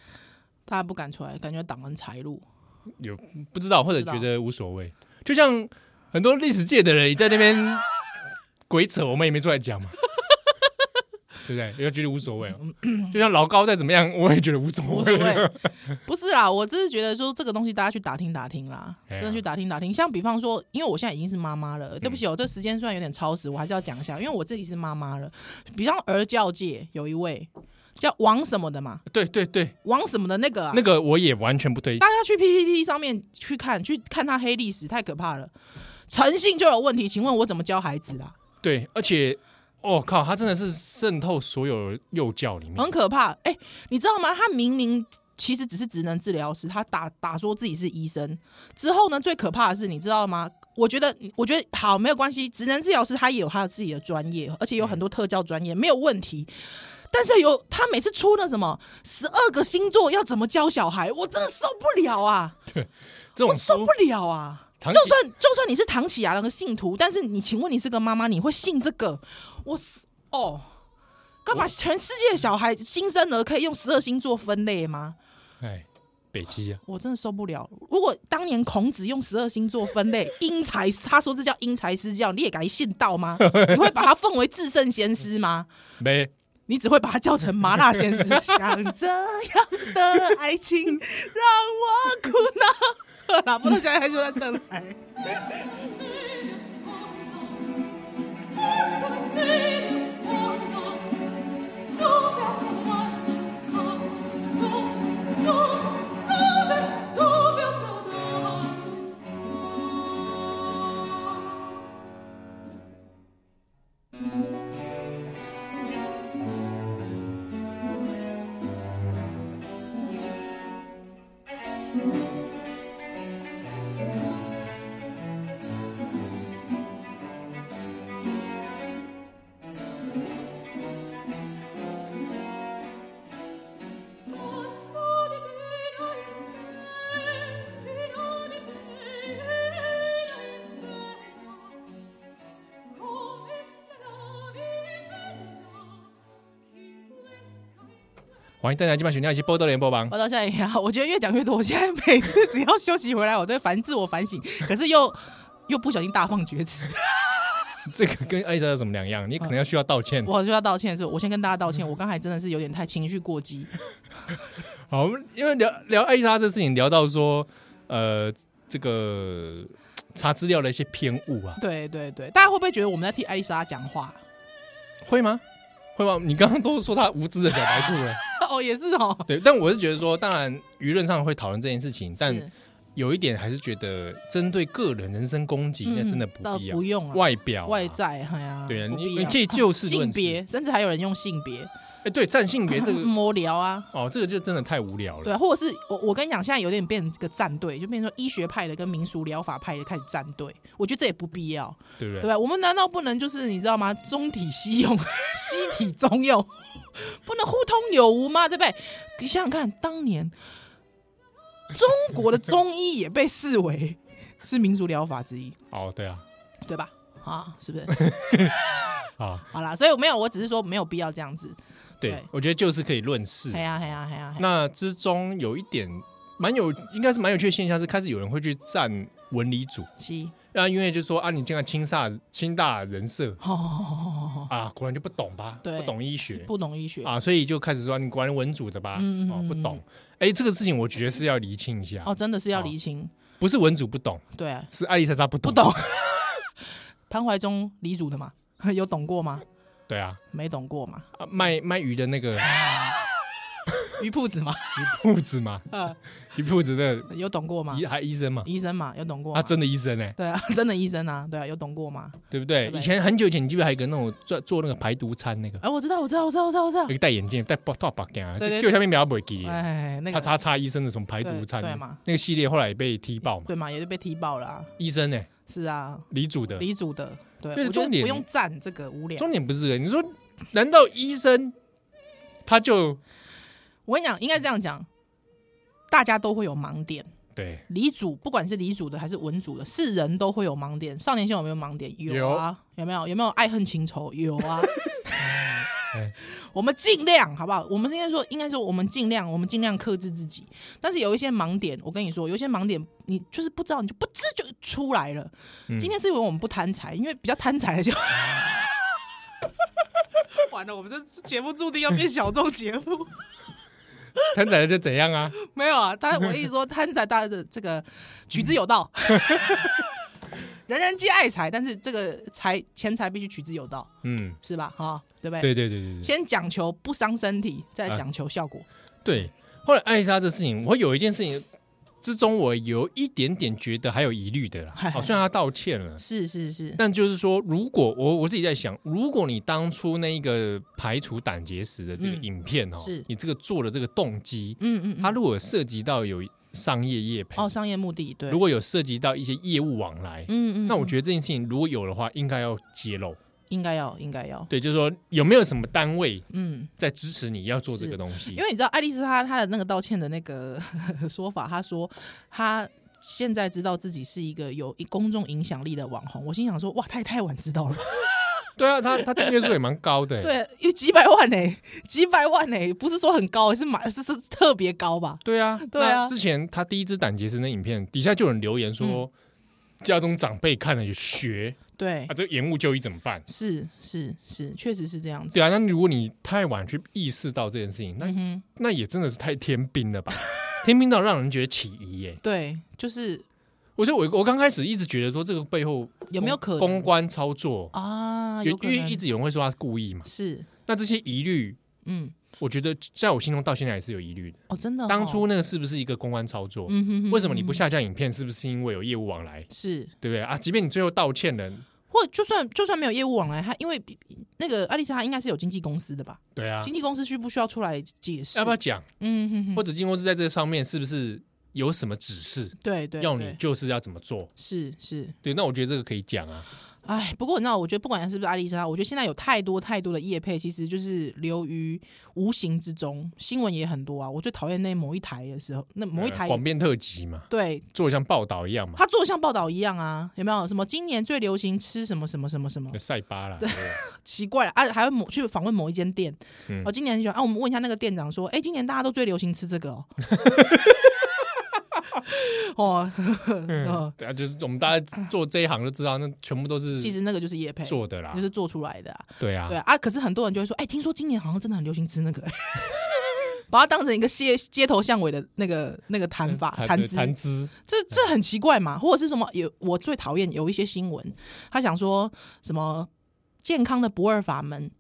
Speaker 1: 大家不敢出来，感觉挡人财路。
Speaker 2: 有不知道或者
Speaker 1: 不知道
Speaker 2: 觉得无所谓，就像很多历史界的人也在 那边鬼扯，我们也没出来讲嘛， 对不对？也觉得无所谓哦，就像老高再怎么样，我也觉得无所
Speaker 1: 嗯无所
Speaker 2: 谓。
Speaker 1: 谓，不是啦，我只是觉得说这个东西大家去打听打听啦，
Speaker 2: 哎呀
Speaker 1: 真的去打听打听。像比方说，因为我现在已经是妈妈了，对不起哦，这时间虽然有点超时，我还是要讲一下，因为我自己是妈妈了。比方儿教界有一位叫王什么的嘛，
Speaker 2: 对对对，
Speaker 1: 王什么的那个、啊，
Speaker 2: 那个我也完全不推
Speaker 1: 大家去 PPT 上面去看，去看他黑历史，太可怕了。诚信就有问题，请问我怎么教孩子啊啦？
Speaker 2: 对，而且我、靠，他真的是渗透所有幼教里面，
Speaker 1: 很可怕。哎、你知道吗？他明明其实只是职能治疗师，他打打说自己是医生。之后呢，最可怕的是，你知道吗？我觉得，我觉得好没有关系，职能治疗师他也有他的自己的专业，而且有很多特教专业，没有问题。但是有他每次出那什么十二个星座要怎么教小孩，我真的受不了啊！
Speaker 2: 这种
Speaker 1: 我受
Speaker 2: 书
Speaker 1: 不了啊！
Speaker 2: 唐
Speaker 1: 就
Speaker 2: 启
Speaker 1: 算就算你是唐启啊雅那个信徒，但是你请问你是个妈妈，你会信这个？我是哦，干嘛？全世界的小孩新生儿可以用十二星座分类吗？
Speaker 2: 哎，北极啊，
Speaker 1: 我真的受不了。如果当年孔子用十二星座分类因材，他说这叫因材施教，你也敢信道 吗？你会把他奉为至圣先师吗？
Speaker 2: 没
Speaker 1: 你只会把它叫成麻辣鲜师。像这样的爱情让我苦恼。 啦，不到现在还说在等来。
Speaker 2: 欢迎大家今晚选掉一起波多联播榜，
Speaker 1: 我到现在也好，我觉得越讲越多。我现在每次只要休息回来，我都会反自我反省，可是又又不小心大放厥词。
Speaker 2: 这个跟艾莎有什么两样？你可能要需要道歉。
Speaker 1: 我就要道歉，是我先跟大家道歉，我刚才真的是有点太情绪过激。
Speaker 2: 好，因为聊聊艾莎这事情，聊到说，呃，这个查资料的一些偏误啊，
Speaker 1: 对对对，大家会不会觉得我们在替艾丽莎讲话？
Speaker 2: 会吗？会吗？你刚刚都说他无知的小白兔了，
Speaker 1: 哦，也是哦，
Speaker 2: 对，但我是觉得说，当然舆论上会讨论这件事情，但
Speaker 1: 是
Speaker 2: 有一点还是觉得针对个人人身攻击，那真的
Speaker 1: 嗯倒
Speaker 2: 不必要
Speaker 1: 不，用了。
Speaker 2: 外表啊、
Speaker 1: 外在，哎呀，
Speaker 2: 对啊，
Speaker 1: 不必
Speaker 2: 你
Speaker 1: 要
Speaker 2: 你可以就 事
Speaker 1: 性
Speaker 2: 论事，
Speaker 1: 别，甚至还有人用性别
Speaker 2: 哎，对，占性别这个
Speaker 1: 摸聊啊，
Speaker 2: 哦，这个就真的太无聊
Speaker 1: 对
Speaker 2: 了。
Speaker 1: 啊，或者是我我跟你讲，现在有点变个战队，就变成说医学派的跟民俗疗法派的开始战队，我觉得这也不必要。
Speaker 2: 对不
Speaker 1: 对啊
Speaker 2: 对？
Speaker 1: 吧？我们难道不能就是你知道吗？中体西用， 西体中用， 不能互通有无吗？对不对？你想想看，当年中国的中医也被视为是民俗疗法之一，
Speaker 2: 哦，对啊，
Speaker 1: 对吧？啊，是不是？
Speaker 2: 啊，
Speaker 1: 好啦，所以我没有，我只是说没有必要这样子。
Speaker 2: 对
Speaker 1: 对，
Speaker 2: 我觉得就是可以论事
Speaker 1: 嘿。呀嘿呀嘿呀，嘿呀
Speaker 2: 那之中有一点蛮有，应该是蛮有趣的现象是，开始有人会去站文理组，
Speaker 1: 西，
Speaker 2: 那因为就说啊，你这样清煞清大人设
Speaker 1: 哦，
Speaker 2: 啊，果然就不懂吧，
Speaker 1: 对
Speaker 2: 不懂医学
Speaker 1: 不懂医学
Speaker 2: 啊，所以就开始说你果然文组的吧，
Speaker 1: 嗯嗯
Speaker 2: 哦
Speaker 1: 嗯
Speaker 2: 不懂，哎，这个事情我觉得是要厘清一下，
Speaker 1: 哦，真的是要
Speaker 2: 哦
Speaker 1: 厘清，
Speaker 2: 不是文组不懂，
Speaker 1: 对啊，
Speaker 2: 是艾丽莎莎不
Speaker 1: 不
Speaker 2: 懂，
Speaker 1: 懂。潘怀忠李主的嘛，有懂过吗？
Speaker 2: 对啊，
Speaker 1: 没懂过嘛？
Speaker 2: 啊卖卖鱼的那个
Speaker 1: 鱼铺子嘛，
Speaker 2: 铺 子嘛，
Speaker 1: 嗯
Speaker 2: 一铺子的
Speaker 1: 有懂过吗？
Speaker 2: 医还医生 嘛，
Speaker 1: 医生嘛，有懂过吗？
Speaker 2: 啊，真的医生哎、
Speaker 1: 对啊， 真的医生啊，对啊，有懂过吗？
Speaker 2: 对不对？
Speaker 1: 对
Speaker 2: 以前很久以前，你记不记得还有一个那种做做那个排毒餐那个，
Speaker 1: 哎，我知道，我知道，我知道，我知道，我知道
Speaker 2: 有一。个戴眼镜戴大大把镜啊，
Speaker 1: 啊对对
Speaker 2: 就下面描不记，
Speaker 1: 哎，那
Speaker 2: 叉
Speaker 1: 个
Speaker 2: 叉叉医生的什么排毒餐
Speaker 1: 对对嘛
Speaker 2: 那个系列，后来也被踢爆嘛。
Speaker 1: 对嘛，也是被踢爆了啊。
Speaker 2: 医生哎，
Speaker 1: 是啊，
Speaker 2: 李主的
Speaker 1: 李主的，对，
Speaker 2: 对
Speaker 1: 我觉得
Speaker 2: 重点
Speaker 1: 不用赞这个无聊。
Speaker 2: 重点不是这个，你说难道医生他就
Speaker 1: 我跟你讲，应该这样讲，大家都会有盲点。
Speaker 2: 对
Speaker 1: 李主不管是李主的还是文主的，是人都会有盲点。少年兄有没有盲点？啊，有没有？有没有爱恨情仇？有啊。我们尽量好不好？我们应该说，应该说我们尽量，我们尽量克制自己。但是有一些盲点，我跟你说，有一些盲点你就是不知道，你就不知就出来了。
Speaker 2: 嗯
Speaker 1: 今天是因为我们不贪财，因为比较贪财的就。 完了，我们这节目注定要变小众节目。
Speaker 2: 他宰了就怎样啊？
Speaker 1: 没有啊，他我一直说贪财大家的这个取之有 道，人人皆爱财，但是这个财钱财必须取之有道，
Speaker 2: 嗯，
Speaker 1: 是吧？哈、对不对？
Speaker 2: 对对对对对
Speaker 1: 先讲求不伤身体，再讲求效果。
Speaker 2: 啊对。后来艾丽莎这事情，我有一件事情之中，我有一点点觉得还有疑虑的啦。
Speaker 1: 嗨嗨
Speaker 2: 好，虽然他道歉了，
Speaker 1: 是是是，
Speaker 2: 但就是说，如果我我自己在想，如果你当初那一个排除胆结石的这个
Speaker 1: 嗯
Speaker 2: 影片哦，
Speaker 1: 是
Speaker 2: 你这个做的这个动机，
Speaker 1: 嗯嗯
Speaker 2: 它
Speaker 1: 嗯。
Speaker 2: 如果涉及到有商业业配，
Speaker 1: 哦，商业目的对。
Speaker 2: 如果有涉及到一些业务往来，
Speaker 1: 嗯嗯，
Speaker 2: 那我
Speaker 1: 得
Speaker 2: 觉得这件事情如果有的话，应该要揭露。
Speaker 1: 应该要应该要，
Speaker 2: 对，就是说有没有什么单位
Speaker 1: 嗯，
Speaker 2: 在支持你要做这
Speaker 1: 是
Speaker 2: 个东西
Speaker 1: 因？为你知道爱丽丝她她的那个道歉的那个 说法，她说她。现在知道自己是一个有公众影响力的网红，我心想说：哇，她也太晚知道了吧。
Speaker 2: 对啊，他他订阅数也蛮高的、欸。
Speaker 1: 对，有几百万呢、 几百万呢、不是说很高，是蛮是是特别高吧？
Speaker 2: 对啊，
Speaker 1: 对啊
Speaker 2: 那之前他第一支胆结石那影片底下就有人留言
Speaker 1: 嗯
Speaker 2: 说，家中长辈看了有学
Speaker 1: 对
Speaker 2: 啊，，这个延误就医怎么办？
Speaker 1: 是是是，确实是这样子。
Speaker 2: 对啊，那如果你太晚去意识到这件事情，那、
Speaker 1: 嗯哼，
Speaker 2: 那也真的是太天兵 了吧？天兵到让人觉得起疑耶、
Speaker 1: 对，就是
Speaker 2: 我就我我刚开始一直觉得说这个背后
Speaker 1: 有没有可
Speaker 2: 公
Speaker 1: 能
Speaker 2: 关操作，
Speaker 1: 啊？
Speaker 2: 有
Speaker 1: 有可
Speaker 2: 因为
Speaker 1: 能
Speaker 2: 一直有人会说他是故意嘛。
Speaker 1: 是，
Speaker 2: 那这些疑虑，
Speaker 1: 嗯，
Speaker 2: 我觉得在我心中到现在也是有疑虑的。
Speaker 1: 哦，真的哦、
Speaker 2: 当初那个是不是一个公关操作？
Speaker 1: 嗯哼哼
Speaker 2: 为什么你
Speaker 1: 哼
Speaker 2: 不
Speaker 1: 哼
Speaker 2: 下架影片？是不是因为有业务往来？
Speaker 1: 是？
Speaker 2: 对不对啊？即便你最后道歉了，
Speaker 1: 或就算就算没有业务往来，他因为比那个艾丽莎应该是有经纪公司的吧？
Speaker 2: 对啊
Speaker 1: 经，纪公司需不需要出来解释？
Speaker 2: 要不要讲？
Speaker 1: 嗯哼哼
Speaker 2: 或者经纪公司在这上面是不是有什么指示，
Speaker 1: 对对，
Speaker 2: 要
Speaker 1: 对
Speaker 2: 你就是要怎么做？
Speaker 1: 是是，
Speaker 2: 对，那我觉得这个可以讲啊。
Speaker 1: 哎，不过你知道，我觉得不管是不是阿丽莎，我觉得现在有太多太多的业配，其实就是流于无形之中，新闻也很多啊。我最讨厌那某一台的时候，那某一
Speaker 2: 呃
Speaker 1: 台、
Speaker 2: 广编特辑嘛，
Speaker 1: 对
Speaker 2: 做得像报道一样嘛，
Speaker 1: 他做得像报道一样啊，有没有？什么今年最流行吃什么什么什么什么？
Speaker 2: 塞巴啦，对不对
Speaker 1: 奇怪了啊，还会某去访问某一间店，
Speaker 2: 嗯
Speaker 1: 哦，今年很喜欢啊，我们问一下那个店长说，哎、今年大家都最流行吃这个哦。 哦， 呃
Speaker 2: 对啊，就是我们大家做这一行就知道，那全部都
Speaker 1: 其
Speaker 2: 是
Speaker 1: 实那个就是业配，
Speaker 2: 做的啦
Speaker 1: 就，是做出来的、啊。
Speaker 2: 对啊
Speaker 1: 对，啊，可是很多人就会说，哎、听说今年好像真的很流行吃那个、 把它当成一个街街头巷尾的那个那个摊法
Speaker 2: 呃嗯谈
Speaker 1: 摊
Speaker 2: 对
Speaker 1: 资，
Speaker 2: 谈资，
Speaker 1: 这这很奇怪嘛？或者是什么？有我最讨厌有一些新闻，他想说什么健康的不二法门，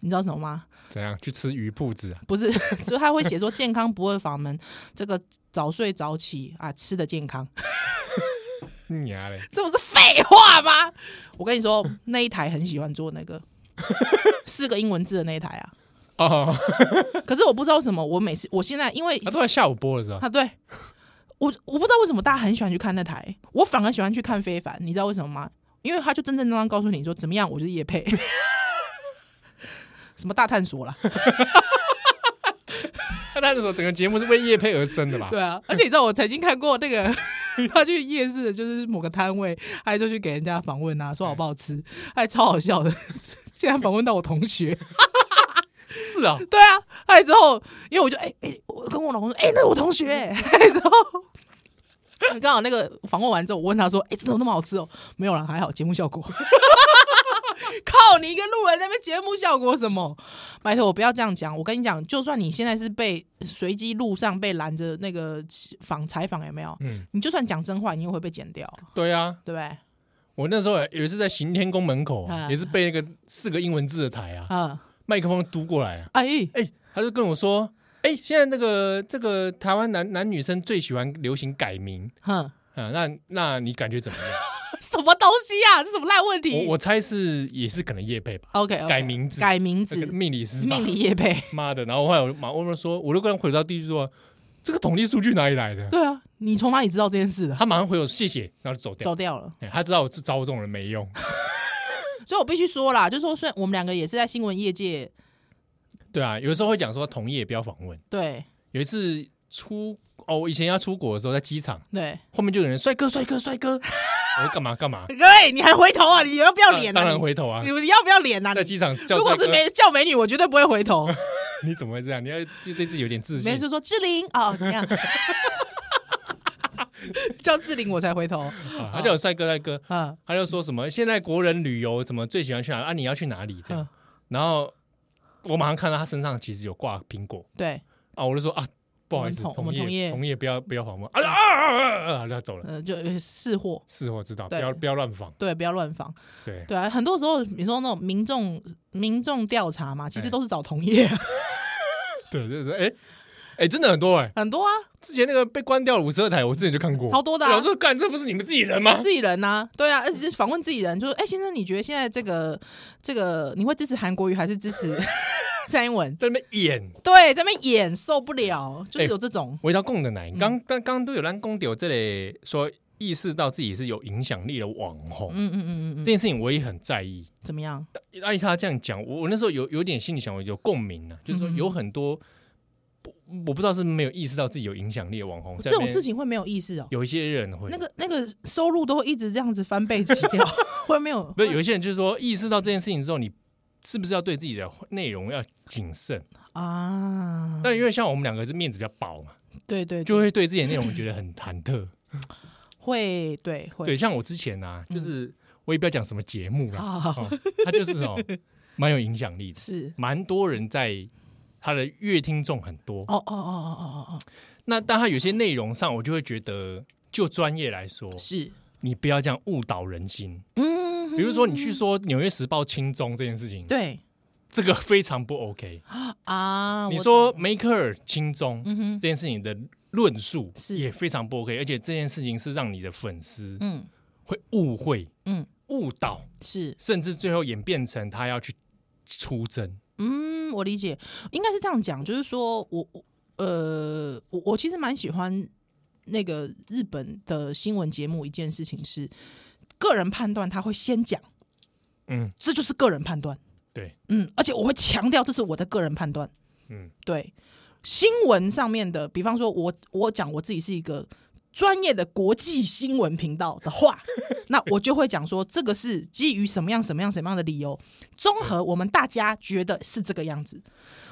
Speaker 1: 你知道什么吗？
Speaker 2: 怎样去吃鱼铺子啊？
Speaker 1: 不是， 所以他会写说健康不二法门，这个早睡早起啊，吃的健康， 嗯
Speaker 2: 你嗯呀嘞，
Speaker 1: 这不是废话吗？我跟你说，那一台很喜欢做那个四个英文字的那一台啊。
Speaker 2: 哦，
Speaker 1: 可是我不知道为什么，我每次我现在因为
Speaker 2: 他都在下午播了是吧？
Speaker 1: 啊，对我我不知道为什么大家很喜欢去看那台，我反而喜欢去看非凡，你知道为什么吗？因为他就真正正当告诉你说怎么样，我就是叶配， 什么大探索啦，
Speaker 2: 啊那他那时候整个节目是为叶配而生的吧？
Speaker 1: 对啊，而且你知道我曾经看过那个 他去夜市的，就是某个摊位，他就去给人家访问啊，说好不好吃，还超好笑的， 竟然访问到我同学，
Speaker 2: 是啊，
Speaker 1: 对啊，哎之后，因为我就哎哎、我跟我老公说，哎、那是我同学、欸， 哎之后。刚好那个访问完之后，我问他说：“哎、真的有那么好吃哦？”没有啦，还好节目效果。 靠你一个路人在那边节目效果什么？拜托我不要这样讲。我跟你讲，就算你现在是被随机路上被拦着那个访采访有没有？
Speaker 2: 嗯
Speaker 1: 你就算讲真话，你也会被剪掉，
Speaker 2: 对啊，
Speaker 1: 对不对？
Speaker 2: 我那时候有一次在行天宫门口啊、
Speaker 1: 啊
Speaker 2: 也是被那个四个英文字的台啊，
Speaker 1: 啊，
Speaker 2: 麦克风嘟过来、啊，
Speaker 1: 哎，
Speaker 2: 哎、他就跟我说，哎、现在那个这个台湾男男女生最喜欢流行改名
Speaker 1: 哼，
Speaker 2: 啊，那那你感觉怎 么样？
Speaker 1: 什么东西呀、这什么烂问题？
Speaker 2: 我我猜是也是可能叶配吧，
Speaker 1: OK，, o k
Speaker 2: 改名字
Speaker 1: 改名字
Speaker 2: 那，个命理师吧
Speaker 1: 命理业配。
Speaker 2: 妈的！然后后来我马我们说，我就跟他回到第一句说，这个统计数据哪里来的？
Speaker 1: 对啊，你从哪里知道这件事的？
Speaker 2: 他马上回我谢谢，然后就走掉。
Speaker 1: 走掉了，
Speaker 2: 哎他知道我找我这种人没用，
Speaker 1: 所以我必须说啦，就是说，虽然我们两个也是在新闻业界，
Speaker 2: 对啊，有的时候会讲说同业不要访问。
Speaker 1: 对
Speaker 2: 有一次出哦，我以前要出国的时候，在机场
Speaker 1: 对，
Speaker 2: 后面就有人帅哥帅哥 帅哥，我说干嘛干嘛？
Speaker 1: 各位你还回头啊？你要不要脸、啊？
Speaker 2: 当然回头啊
Speaker 1: 你，你要不要脸啊？
Speaker 2: 在
Speaker 1: 你
Speaker 2: 机场叫
Speaker 1: 如果
Speaker 2: 帅
Speaker 1: 是
Speaker 2: 哥
Speaker 1: 美叫美女，我绝对不会回头。
Speaker 2: 你怎么会这样？你要就对自己有点自
Speaker 1: 美
Speaker 2: 信
Speaker 1: 女。就说志玲哦，怎么 样？叫志玲我才回头。
Speaker 2: 啊他叫我帅哥帅哥，
Speaker 1: 嗯
Speaker 2: 他就说什么现在国人旅游怎么最喜欢去哪？啊，你要去哪里？这样
Speaker 1: 嗯，，
Speaker 2: 然后我马上看到他身上其实有挂苹果
Speaker 1: 对，
Speaker 2: 啊，我就说啊，不好意思，
Speaker 1: 我们同我
Speaker 2: 同
Speaker 1: 们同
Speaker 2: 业
Speaker 1: 业嗯
Speaker 2: 同业不要不要访问啊啊啊啊啊啊，他走了。
Speaker 1: 呃，就呃是货，
Speaker 2: 是我知道，不
Speaker 1: 对
Speaker 2: 要不要乱访。
Speaker 1: 对，不要乱放。
Speaker 2: 对，
Speaker 1: 对啊，很多时候你说那种民众民众调查嘛，其
Speaker 2: 哎
Speaker 1: 实都是找同业，
Speaker 2: 对，就是哎哎，真的很多哎。
Speaker 1: 很多啊，
Speaker 2: 之前那个被关掉五十二台，我之前就看过，
Speaker 1: 超多的啊
Speaker 2: 我说干，这不是你们自己人吗？
Speaker 1: 自己人呐、对啊，而且访问自己人，就是哎、先生，你觉得现在这个这个，你会支持韩国瑜还是支 持蔡英文？
Speaker 2: 在那边演。
Speaker 1: 对，在那边演受不了，
Speaker 2: 哎
Speaker 1: 就是有这种，
Speaker 2: 回到供的奶，刚刚刚都有让供丢这里说意识到自己是有影响力的网红，
Speaker 1: 嗯嗯嗯嗯
Speaker 2: 这
Speaker 1: 嗯，
Speaker 2: 件事情我也很在意。
Speaker 1: 怎么样？
Speaker 2: 阿丽莎这样讲，我我那时候有有点心里想，我有共鸣啊，就是说
Speaker 1: 嗯
Speaker 2: 有很多不我不知道是没有意识到自己有影响力的网红，
Speaker 1: 这种事
Speaker 2: 情
Speaker 1: 情会没有意识哦。
Speaker 2: 有一些人会
Speaker 1: 那个那个收入都会一直这样子翻倍起 跳，会没有？
Speaker 2: 不是有一些人就是说意识到这件事情之后，你是不是要对自己的内容要谨慎？
Speaker 1: 嗯啊，
Speaker 2: 但因为像我们两个是面子比较薄嘛，
Speaker 1: 对对，
Speaker 2: 就会对自己的内容觉得很忐忑。
Speaker 1: 嗯会对会
Speaker 2: 对，像我之前啊，
Speaker 1: 嗯
Speaker 2: 就是我也不要讲什么节目啦，
Speaker 1: 啊，
Speaker 2: 哦，他就是 哦，蛮有影响力的，
Speaker 1: 是
Speaker 2: 蛮多人在他的乐听众很多。
Speaker 1: 哦哦哦哦哦哦哦，
Speaker 2: 那但他有些内容上，我就会觉得，就专业来说，
Speaker 1: 是
Speaker 2: 你不要这样误导人心。
Speaker 1: 嗯，
Speaker 2: 比如说，你去说《纽约时报》亲中这件事情，
Speaker 1: 对
Speaker 2: 这个非常不 OK。
Speaker 1: 啊，
Speaker 2: 你
Speaker 1: 我
Speaker 2: 说
Speaker 1: 懂
Speaker 2: 梅克尔亲中
Speaker 1: 嗯哼
Speaker 2: 这件事情的论述
Speaker 1: 是
Speaker 2: 也非常不 OK，而且这件事情是让你的粉丝
Speaker 1: 嗯
Speaker 2: 会误会、
Speaker 1: 嗯
Speaker 2: 误导，
Speaker 1: 是
Speaker 2: 甚至最后演变成他要去出征。
Speaker 1: 嗯，我理解，应该是这样讲，就是说我我呃，我我其实蛮喜欢那个日本的新闻节目。一件事情是，个人判断他会先讲，
Speaker 2: 嗯，
Speaker 1: 这就是个人判断，
Speaker 2: 对，
Speaker 1: 嗯，而且我会强调这是我的个人判断，
Speaker 2: 嗯，
Speaker 1: 对。新闻上面的，比方说我我讲我自己是一个专业的国际新闻频道的话，那我就会讲说这个是基于什么样什么样什么样的理由，综合我们大家觉得是这个样子。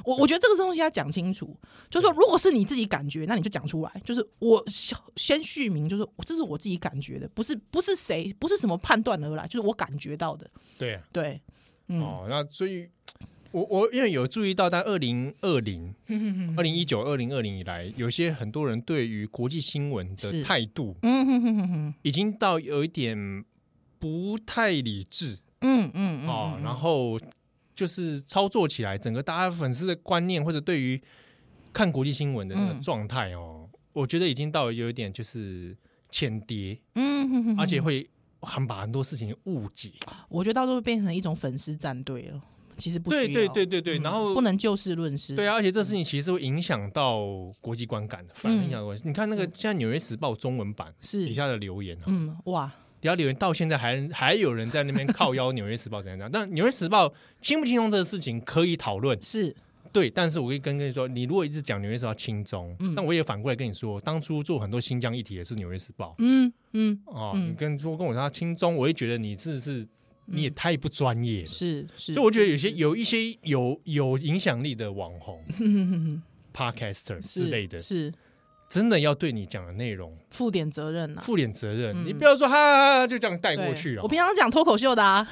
Speaker 1: 我我觉得这个东西要讲清楚，就是说如果是你自己感觉，那你就讲出来。就是我先先续明，就是这是我自己感觉的，不是不是谁不是什么判断而来，就是我感觉到的。
Speaker 2: 对啊。
Speaker 1: 对，嗯
Speaker 2: 哦，那所以，我我因为有注意到，在二零二零、 二零一九、二零二零以来，有些很多人对于国际新闻的
Speaker 1: 是
Speaker 2: 态度，
Speaker 1: 嗯哼哼哼哼，
Speaker 2: 已经到有一点不太理智
Speaker 1: 嗯嗯嗯，
Speaker 2: 哦，
Speaker 1: 嗯
Speaker 2: 然后就是操作起来，整个大家粉丝的观念或者对于看国际新闻的那个
Speaker 1: 嗯
Speaker 2: 状态哦，我觉得已经到有一点就是浅碟，
Speaker 1: 嗯哼哼，
Speaker 2: 而且会很把很多事情误解。
Speaker 1: 我觉得到时候变成一种粉丝战队了，其实不需要
Speaker 2: 对对对对对，
Speaker 1: 嗯
Speaker 2: 然后
Speaker 1: 不能就事论事，
Speaker 2: 对啊，而且这事情其实会影响到国际观感的，反而影响到国际。你看那个现在《纽约时报》中文版底
Speaker 1: 嗯是
Speaker 2: 下的留言啊，
Speaker 1: 嗯哇
Speaker 2: 底下留言到现在还还有人 在那边靠腰《纽约时报》怎样怎样。但《纽约时报》轻不轻松这个事情可以讨论，
Speaker 1: 是
Speaker 2: 对。但是我可以跟跟你说，你如果一直讲《纽约时报》轻松，
Speaker 1: 嗯
Speaker 2: 但我也反过来跟你说，当初做很多新疆议题也是《纽约时报》
Speaker 1: 嗯嗯
Speaker 2: 哦。
Speaker 1: 嗯
Speaker 2: 你跟说跟我说他轻松，我也觉得你真的是你也太不专业了。
Speaker 1: 是是，
Speaker 2: 就我觉得有些有一些有有影响力的网红、
Speaker 1: 哼哼哼哼
Speaker 2: podcaster
Speaker 1: 是
Speaker 2: 之类的，
Speaker 1: 是
Speaker 2: 真的要对你讲的内容
Speaker 1: 负点责任呐、啊。
Speaker 2: 负点责任，
Speaker 1: 嗯
Speaker 2: 你不要说哈哈哈哈就这样带过
Speaker 1: 对
Speaker 2: 去啊了。
Speaker 1: 我平常讲脱口秀的啊，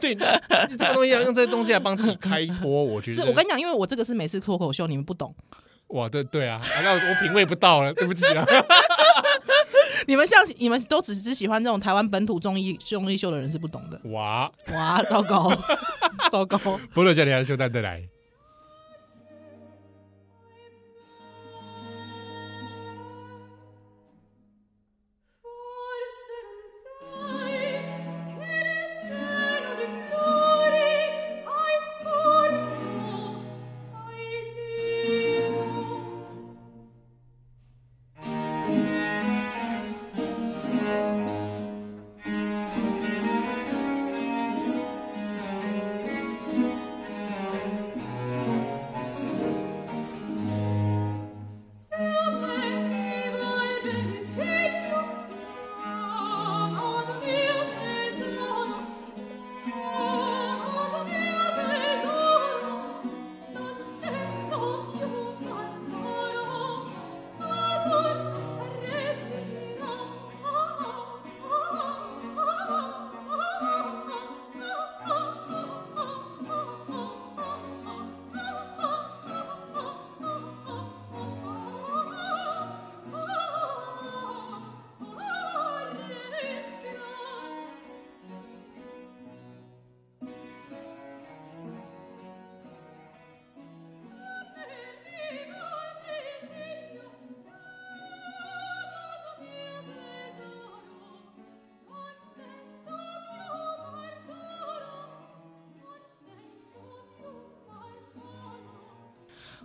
Speaker 2: 对这个东西要用这个东西来帮自己开脱，我觉得
Speaker 1: 是我跟你讲，因为我这个是美式脱口秀，你们不懂，
Speaker 2: 哇，对对啊，啊那我我品味不到了，对不起啊。
Speaker 1: 你们们像你们都只只喜欢这种台湾本土综艺综艺秀的人是不懂的。
Speaker 2: 哇，
Speaker 1: 哇，糟 糕，糟糕！
Speaker 2: 波多家里还是秀蛋的来。
Speaker 3: Forse non sai che nel seno di cuore hai corpo, hai vivo.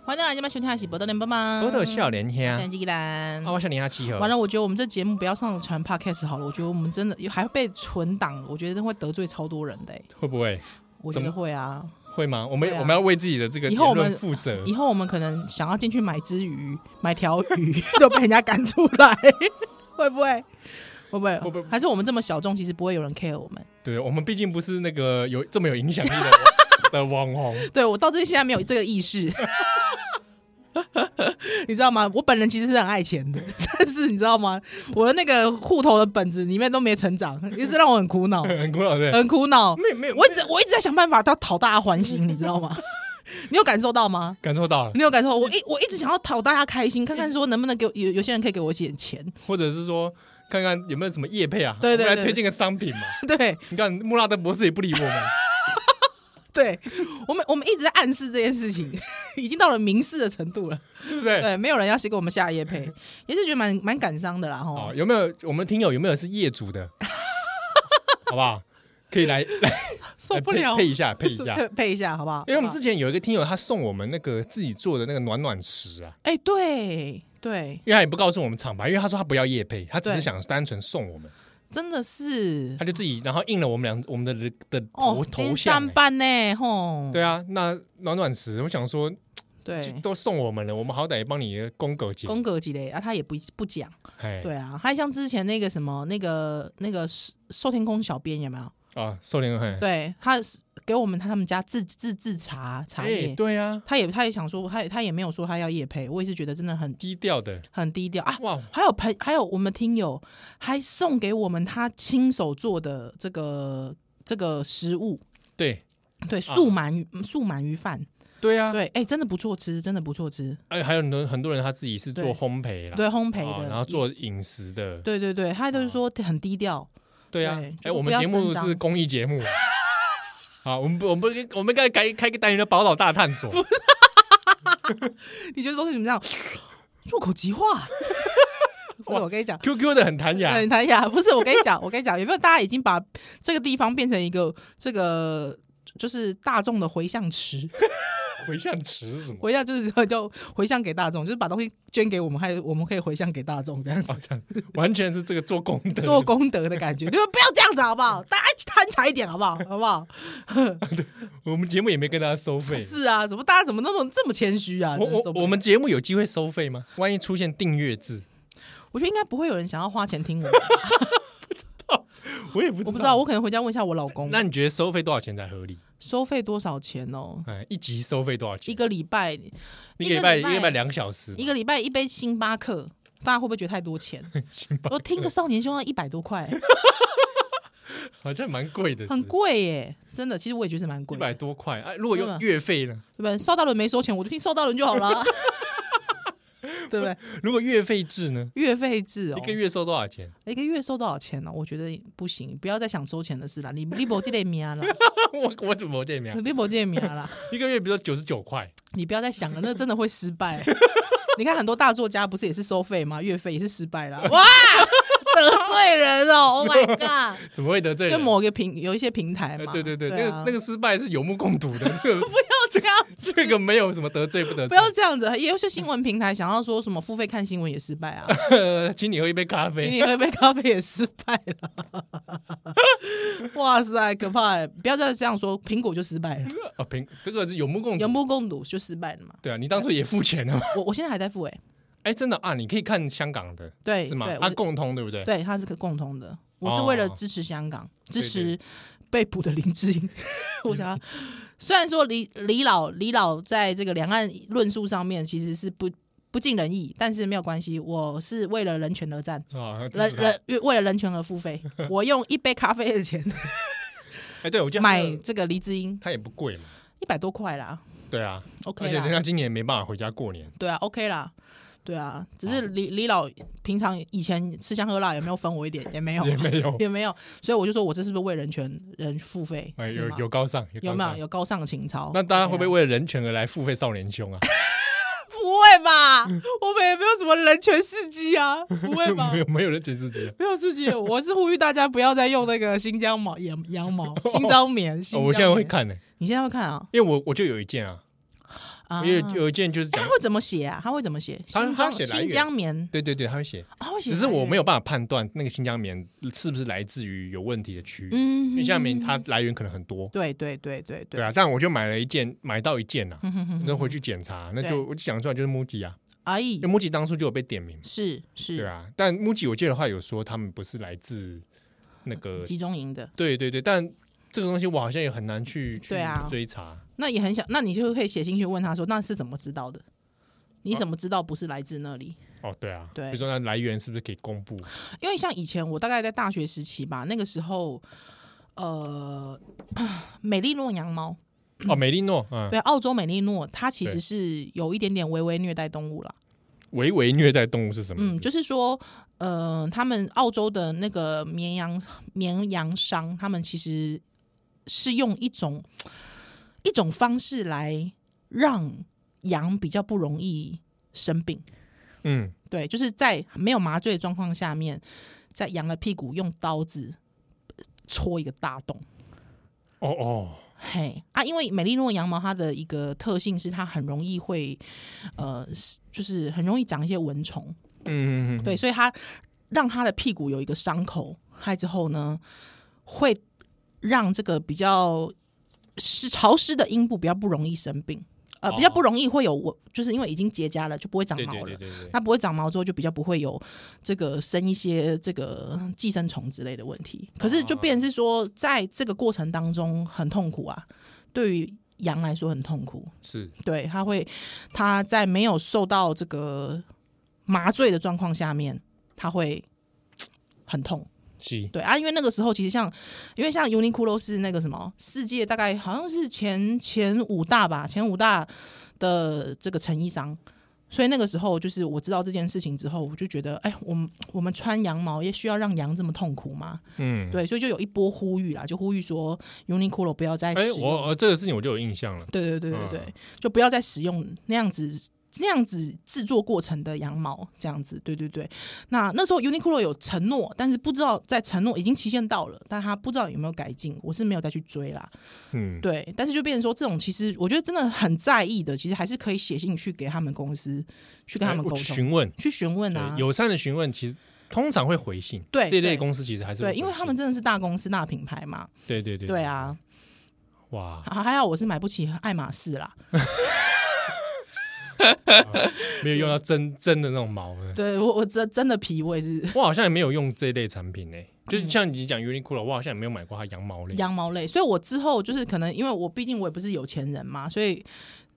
Speaker 1: 欢迎大家今晚收听的是《博多联播》吗？
Speaker 2: 波多笑脸
Speaker 1: 我
Speaker 2: 兄
Speaker 1: 是，纪兰
Speaker 2: 啊，。我笑脸兄集合。
Speaker 1: 嗯完了，我觉得我们这节目不要上传 podcast 好了，我觉得我们真的还会被存档，我觉得会得罪超多人的、欸。
Speaker 2: 会不会
Speaker 1: 我觉
Speaker 2: 怎
Speaker 1: 得
Speaker 2: 么
Speaker 1: 会啊，
Speaker 2: 会吗？我们、
Speaker 1: 对啊
Speaker 2: 我们要为自己的这个
Speaker 1: 以后我
Speaker 2: 言
Speaker 1: 们
Speaker 2: 论负责。
Speaker 1: 以后我们可能想要进去买只鱼、买条鱼， 都被人家赶出来， 会不会？会不会？
Speaker 2: 会不会
Speaker 1: 还是我们这么小众，其实不会有人 care 我们。
Speaker 2: 对，我们毕竟不是那个有这么有影响力 的的网红。
Speaker 1: 对我到这现在没有这个意识， 你知道吗？我本人其实是很爱钱的， 但是你知道吗？我的那个户头的本子里面都没成长，一直让我很苦恼，
Speaker 2: 很古老的，
Speaker 1: 很苦恼。
Speaker 2: 没有没有
Speaker 1: 我一直我一直在想办法要讨大家欢心，你知道 吗？你有感受到吗？
Speaker 2: 感受到了，
Speaker 1: 你有感受？我一我一直想要讨大家开心，看看说能不能给我有有些人可以给我一点钱。
Speaker 2: 或者是说看看有没有什么业配啊？
Speaker 1: 对对
Speaker 2: 我们来
Speaker 1: 对
Speaker 2: 推荐个商品嘛。
Speaker 1: 对
Speaker 2: 你看穆拉德博士也不理我 们，
Speaker 1: 对，我们我们一直在暗示这件事情，已经到了明示的程度了。
Speaker 2: 对不对？
Speaker 1: 对，没有人要写给我们下夜配，也是觉得蛮蛮感伤的啦。
Speaker 2: 好，
Speaker 1: 哈，
Speaker 2: 有没有我们听友有没有是业 主的？好不好？可以来来
Speaker 1: 受不了
Speaker 2: 哎来配，配一下，配一下。
Speaker 1: 配配一下好不好？
Speaker 2: 因为我们之
Speaker 1: 己
Speaker 2: 前有一个听友，他送我们那个自己做的那个暖暖池啊，
Speaker 1: 哎，对对，
Speaker 2: 因为他也不告诉我们厂牌，因为他说他不要夜配，他只是
Speaker 1: 对
Speaker 2: 想单纯送我们，
Speaker 1: 真的是
Speaker 2: 他就自己然后印了我们俩我们的人的头、
Speaker 1: 哦，
Speaker 2: 头
Speaker 1: 金
Speaker 2: 像、
Speaker 1: 三
Speaker 2: 欸。
Speaker 1: 班呢，吼，
Speaker 2: 对啊，那暖暖池，我想说，就
Speaker 1: 对，
Speaker 2: 都送我们了，我们好歹也帮你公狗姐，
Speaker 1: 宫格几类啊，他也不不讲。
Speaker 2: 哎，
Speaker 1: 对啊，还像之前那个什么那个那个寿寿天宫小编有没有？
Speaker 2: 啊，寿玲很，
Speaker 1: 对他是给我们他他们家自自制茶茶叶。
Speaker 2: 哎，对啊，
Speaker 1: 他也他也想说，他也他也没有说他要夜配，我也是觉得真的很
Speaker 2: 低调的，
Speaker 1: 很低调啊。
Speaker 2: 哇，
Speaker 1: 还有朋，还有我们听友还送给我们他亲手做的这个这个食物，
Speaker 2: 对
Speaker 1: 对，素
Speaker 2: 啊
Speaker 1: 鳗鱼、嗯素鳗鱼饭，
Speaker 2: 对啊，
Speaker 1: 对，哎、真的不错吃，真的不错吃，
Speaker 2: 哎，还有很多很多人他自己是做
Speaker 1: 对
Speaker 2: 烘焙啦，
Speaker 1: 对，烘焙
Speaker 2: 啊
Speaker 1: 的，
Speaker 2: 然后做啊饮食的，
Speaker 1: 对对对，他就是说很低调，
Speaker 2: 对啊
Speaker 1: 对，
Speaker 2: 哎，
Speaker 1: 就
Speaker 2: 我
Speaker 1: 不
Speaker 2: 们
Speaker 1: 要
Speaker 2: 节目
Speaker 1: 声张
Speaker 2: 是公益节目 啊。好，我们不，我们不，我们该开开个单元叫宝岛大探索。
Speaker 1: 你觉得东西怎么样？ 入口即化， 不是我跟你讲。
Speaker 2: QQ 的很弹牙
Speaker 1: 很，谭雅，不是我跟你讲，我跟你讲，有没有大家已经把这个地方变成一个这个就是大众的回向池？
Speaker 2: 回向池是什么？
Speaker 1: 回向就是就回向给大众，就是把东西捐给我们，还有我们可以回向给大众这样子
Speaker 2: 哦，这样完全是这个做功德，
Speaker 1: 做功德的感觉。你们不要这样子好不好？大家一起贪财一点好不好？好不好？
Speaker 2: 我们节目也没跟大家收费。
Speaker 1: 是啊，怎么大家怎么那么这么谦虚啊？
Speaker 2: 我
Speaker 1: 真的受不
Speaker 2: 我
Speaker 1: 了
Speaker 2: 我们节目有机会收费吗？万一出现订阅制，
Speaker 1: 我觉得应该不会有人想要花钱听 我，
Speaker 2: 我也不
Speaker 1: 我不知道，。我可能回家问一下我老公，
Speaker 2: 那你觉得收费多少钱才合理？
Speaker 1: 收费多少钱哦？
Speaker 2: 哎，一集收费多少钱？
Speaker 1: 一个礼拜，
Speaker 2: 一个礼拜
Speaker 1: 一
Speaker 2: 一
Speaker 1: 个礼拜
Speaker 2: 个礼拜两小时嘛，
Speaker 1: 一个礼拜一杯星巴克，大家会不会觉得太多 钱？
Speaker 2: 行吧？
Speaker 1: 我听个少年凶要一百多块，
Speaker 2: 好像蛮贵的，
Speaker 1: 很贵耶，真的。其实我也觉得是蛮
Speaker 2: 一
Speaker 1: 贵的，
Speaker 2: 百多块。哎，如果
Speaker 1: 真
Speaker 2: 用
Speaker 1: 的
Speaker 2: 月费呢？
Speaker 1: 对不对？邵大伦没收钱，我就听邵大伦就好了。对不对？
Speaker 2: 如果月费制呢？
Speaker 1: 月费制哦，哎
Speaker 2: 一个月收多 少钱？
Speaker 1: 一个月收多少钱呢、我觉得不行，不要再想收钱的事啦。你你不这类名啦，
Speaker 2: 我我怎么这样？
Speaker 1: 你不这类名啦，
Speaker 2: 一个月比如说九十九块，
Speaker 1: 你不要再想了，那真的会失败。 你看很多大作家不是也是收费吗？月费也是失 败啦。哇，得罪人哦！Oh my god！
Speaker 2: 怎么会得罪人？
Speaker 1: 跟某个平有一些平台
Speaker 2: 呃
Speaker 1: 嘛，
Speaker 2: 对对对，那
Speaker 1: 啊
Speaker 2: 个那个失败是有目共睹的，这个
Speaker 1: 不要这 样，
Speaker 2: 这个没有什么得罪不得
Speaker 1: 不
Speaker 2: 罪。
Speaker 1: 要这样子，也有些新闻平台想要说什么付费看新闻也失败 啊。
Speaker 2: 呃，请你喝一杯咖
Speaker 1: 请
Speaker 2: 啡。
Speaker 1: 你喝一杯咖啡也失败了， 哇塞，可怕欸！不要再这样说，苹果就失败了，
Speaker 2: 哦，平这个是有目共
Speaker 1: 有
Speaker 2: 睹。
Speaker 1: 目共睹就失败了嘛。
Speaker 2: 对啊，你当初也付钱了嘛。
Speaker 1: 我我现在还在付哎、
Speaker 2: 哎，真的啊，你可以看香港的，
Speaker 1: 对
Speaker 2: 是吗
Speaker 1: 对？
Speaker 2: 啊，
Speaker 1: 我
Speaker 2: 共通对不对？
Speaker 1: 对，它是个共同的。我是
Speaker 2: 哦
Speaker 1: 为了支持香港，支
Speaker 2: 对
Speaker 1: 持被捕的林志颖。 我想 要，虽然说李李老李老在这个两岸论述上面其实是不不尽人意，但是没有关系，我是为了人权而战，
Speaker 2: 啊，支
Speaker 1: 人
Speaker 2: 持他
Speaker 1: 人为了人权而付 费。我用一杯咖啡的钱
Speaker 2: 哎，对我觉得
Speaker 1: 买
Speaker 2: 买
Speaker 1: 这个黎智英，
Speaker 2: 它也不贵嘛。
Speaker 1: 一百多块啦
Speaker 2: 对啊，而
Speaker 1: ，OK
Speaker 2: 且人
Speaker 1: 啦，
Speaker 2: 家今年没办法回家过年，
Speaker 1: 对啊，OK 啦。对啊，只是李李老平常以前吃香喝辣有没有分我一点？也没有，
Speaker 2: 也没有。
Speaker 1: 也没有，所以我就说我这是不是为人权人付费？
Speaker 2: 哎，
Speaker 1: 是
Speaker 2: 有
Speaker 1: 吗
Speaker 2: 有高尚，有
Speaker 1: 有
Speaker 2: 高
Speaker 1: 没有
Speaker 2: 尚。
Speaker 1: 有高尚情操？
Speaker 2: 那大家会不会
Speaker 1: 对啊
Speaker 2: 为了人权而来付费少年凶啊？
Speaker 1: 不会吧？我们也没有什么人权事迹 啊，不会吧
Speaker 2: 没？有没有人觉自己啊。
Speaker 1: 没有事迹，我是呼吁大家不要再用那个新疆毛、 羊羊毛、新疆棉。新
Speaker 2: 哦
Speaker 1: 疆
Speaker 2: 我现在会
Speaker 1: 棉，
Speaker 2: 看呢，
Speaker 1: 你现在会看啊？
Speaker 2: 因为我我就有一件啊，
Speaker 1: 啊，
Speaker 2: 因为有一件就是讲
Speaker 1: 他，会怎么写啊？他会怎么写？
Speaker 2: 他
Speaker 1: 新
Speaker 2: 他
Speaker 1: 疆
Speaker 2: 会写来源
Speaker 1: 新疆棉
Speaker 2: 对对对，他会写，
Speaker 1: 啊，会写。
Speaker 2: 只是我没
Speaker 1: 有，
Speaker 2: 有办法判断那个新疆棉是不是来自于有问题的区域，
Speaker 1: 嗯，
Speaker 2: 因为新疆棉它来源可能很多。
Speaker 1: 对对对对
Speaker 2: 对，啊，但我就买了一件，买到一件呐、啊，
Speaker 1: 嗯哼哼
Speaker 2: 那
Speaker 1: 哼，
Speaker 2: 回去检查，那
Speaker 1: 对
Speaker 2: 就我就想出来就是 MUJI 啊，
Speaker 1: 哎，
Speaker 2: 因为 MUJI 当初就有被点名，
Speaker 1: 是是，
Speaker 2: 对啊，但 MUJI 我记得话有说他们不是来自那个，
Speaker 1: 集中营的。
Speaker 2: 对对对，但这个东西我好像也很难去去
Speaker 1: 对啊
Speaker 2: 追查，
Speaker 1: 那也很想，那你就可以写信去问他说，那是怎么知道的？你怎么知道不是来自那里？
Speaker 2: 哦对啊，
Speaker 1: 对
Speaker 2: 比如说那来源是不是可以公 布？
Speaker 1: 因为像以前我大概在大学时期吧，那个时候，呃， 美利诺羊毛，
Speaker 2: 哦，美利诺，嗯，
Speaker 1: 对，澳洲美利诺，它其实
Speaker 2: 对
Speaker 1: 是有一点点微微虐待动物啦。
Speaker 2: 维维虐待动物是什么意思？
Speaker 1: 嗯，就是说，呃，他们澳洲的那个绵羊绵羊商，他们其实是用一种一种方式来让羊比较不容易生病。
Speaker 2: 嗯，
Speaker 1: 对，就是在没有麻醉的状况下面，在羊的屁股用刀子呃戳一个大洞。
Speaker 2: 哦哦，
Speaker 1: 嘿啊，因为美利诺羊毛它的一个特性是它很容易会，呃，是就是很容易长一些蚊虫，
Speaker 2: 嗯嗯嗯，
Speaker 1: 对，所以它让它的屁股有一个伤口，害之后呢，会让这个比较湿潮湿的阴部比较不容易生病，呃，比较
Speaker 2: 哦
Speaker 1: 不容易会有蚊，就是因为已经结痂了，就不会长
Speaker 2: 对
Speaker 1: 毛
Speaker 2: 对
Speaker 1: 了。
Speaker 2: 对对对，
Speaker 1: 它不会长毛之后，就比较不会有这个生一些这个寄生虫之类的问题。可是就变成是说，在这个过程当中很痛苦啊，对于羊来说很痛苦。
Speaker 2: 是
Speaker 1: 对，它会它在没有受到这个麻醉的状况下面，它会很痛。
Speaker 2: 鸡，
Speaker 1: 对啊，因为那个时候其实像，因为像尤尼库洛是那个什么世界大概好像是前前五大吧，前五大的这个成衣商，所以那个时候就是我知道这件事情之后，我就觉得，哎，我们我们穿羊毛也需要让羊这么痛苦吗？
Speaker 2: 嗯，
Speaker 1: 对，所以就有一波呼吁啦，就呼吁说尤尼库洛不要再
Speaker 2: 哎，
Speaker 1: 使用，
Speaker 2: 我我这个事情我就有印象了，
Speaker 1: 对对对对对，
Speaker 2: 嗯
Speaker 1: 就不要再使用那样子。那样子制作过程的羊毛，这样子，对对对。那那时候 Uniqlo 有承诺，但是不知道在承诺已经期限到了，但他不知道有没有改进，我是没有再去追啦。
Speaker 2: 嗯，
Speaker 1: 对，但是就变成说，这种其实我觉得真的很在意的，其实还是可以写信去给他们公司，去跟他们
Speaker 2: 哎
Speaker 1: 沟
Speaker 2: 我
Speaker 1: 通，
Speaker 2: 询问，
Speaker 1: 去询问啊
Speaker 2: 对，。友善的询问，其实通常会回信，
Speaker 1: 对
Speaker 2: 这一类
Speaker 1: 对
Speaker 2: 公司其实还是会
Speaker 1: 对，因为
Speaker 2: 回信
Speaker 1: 他们真的是大公司、大品牌嘛。
Speaker 2: 对对对
Speaker 1: 对，啊，
Speaker 2: 哇，
Speaker 1: 还还好我是买不起爱马仕啦。
Speaker 2: 没有用到真真的那种毛 呢，
Speaker 1: 对我，我真真的皮，我也是
Speaker 2: 我好像也没有用这一类产品诶，
Speaker 1: 嗯
Speaker 2: 就是像你讲 Uniqlo，我好像也没有买过它羊毛类，
Speaker 1: 羊毛类，所以我之后就是可能，因为我毕竟我也不是有钱人嘛，所以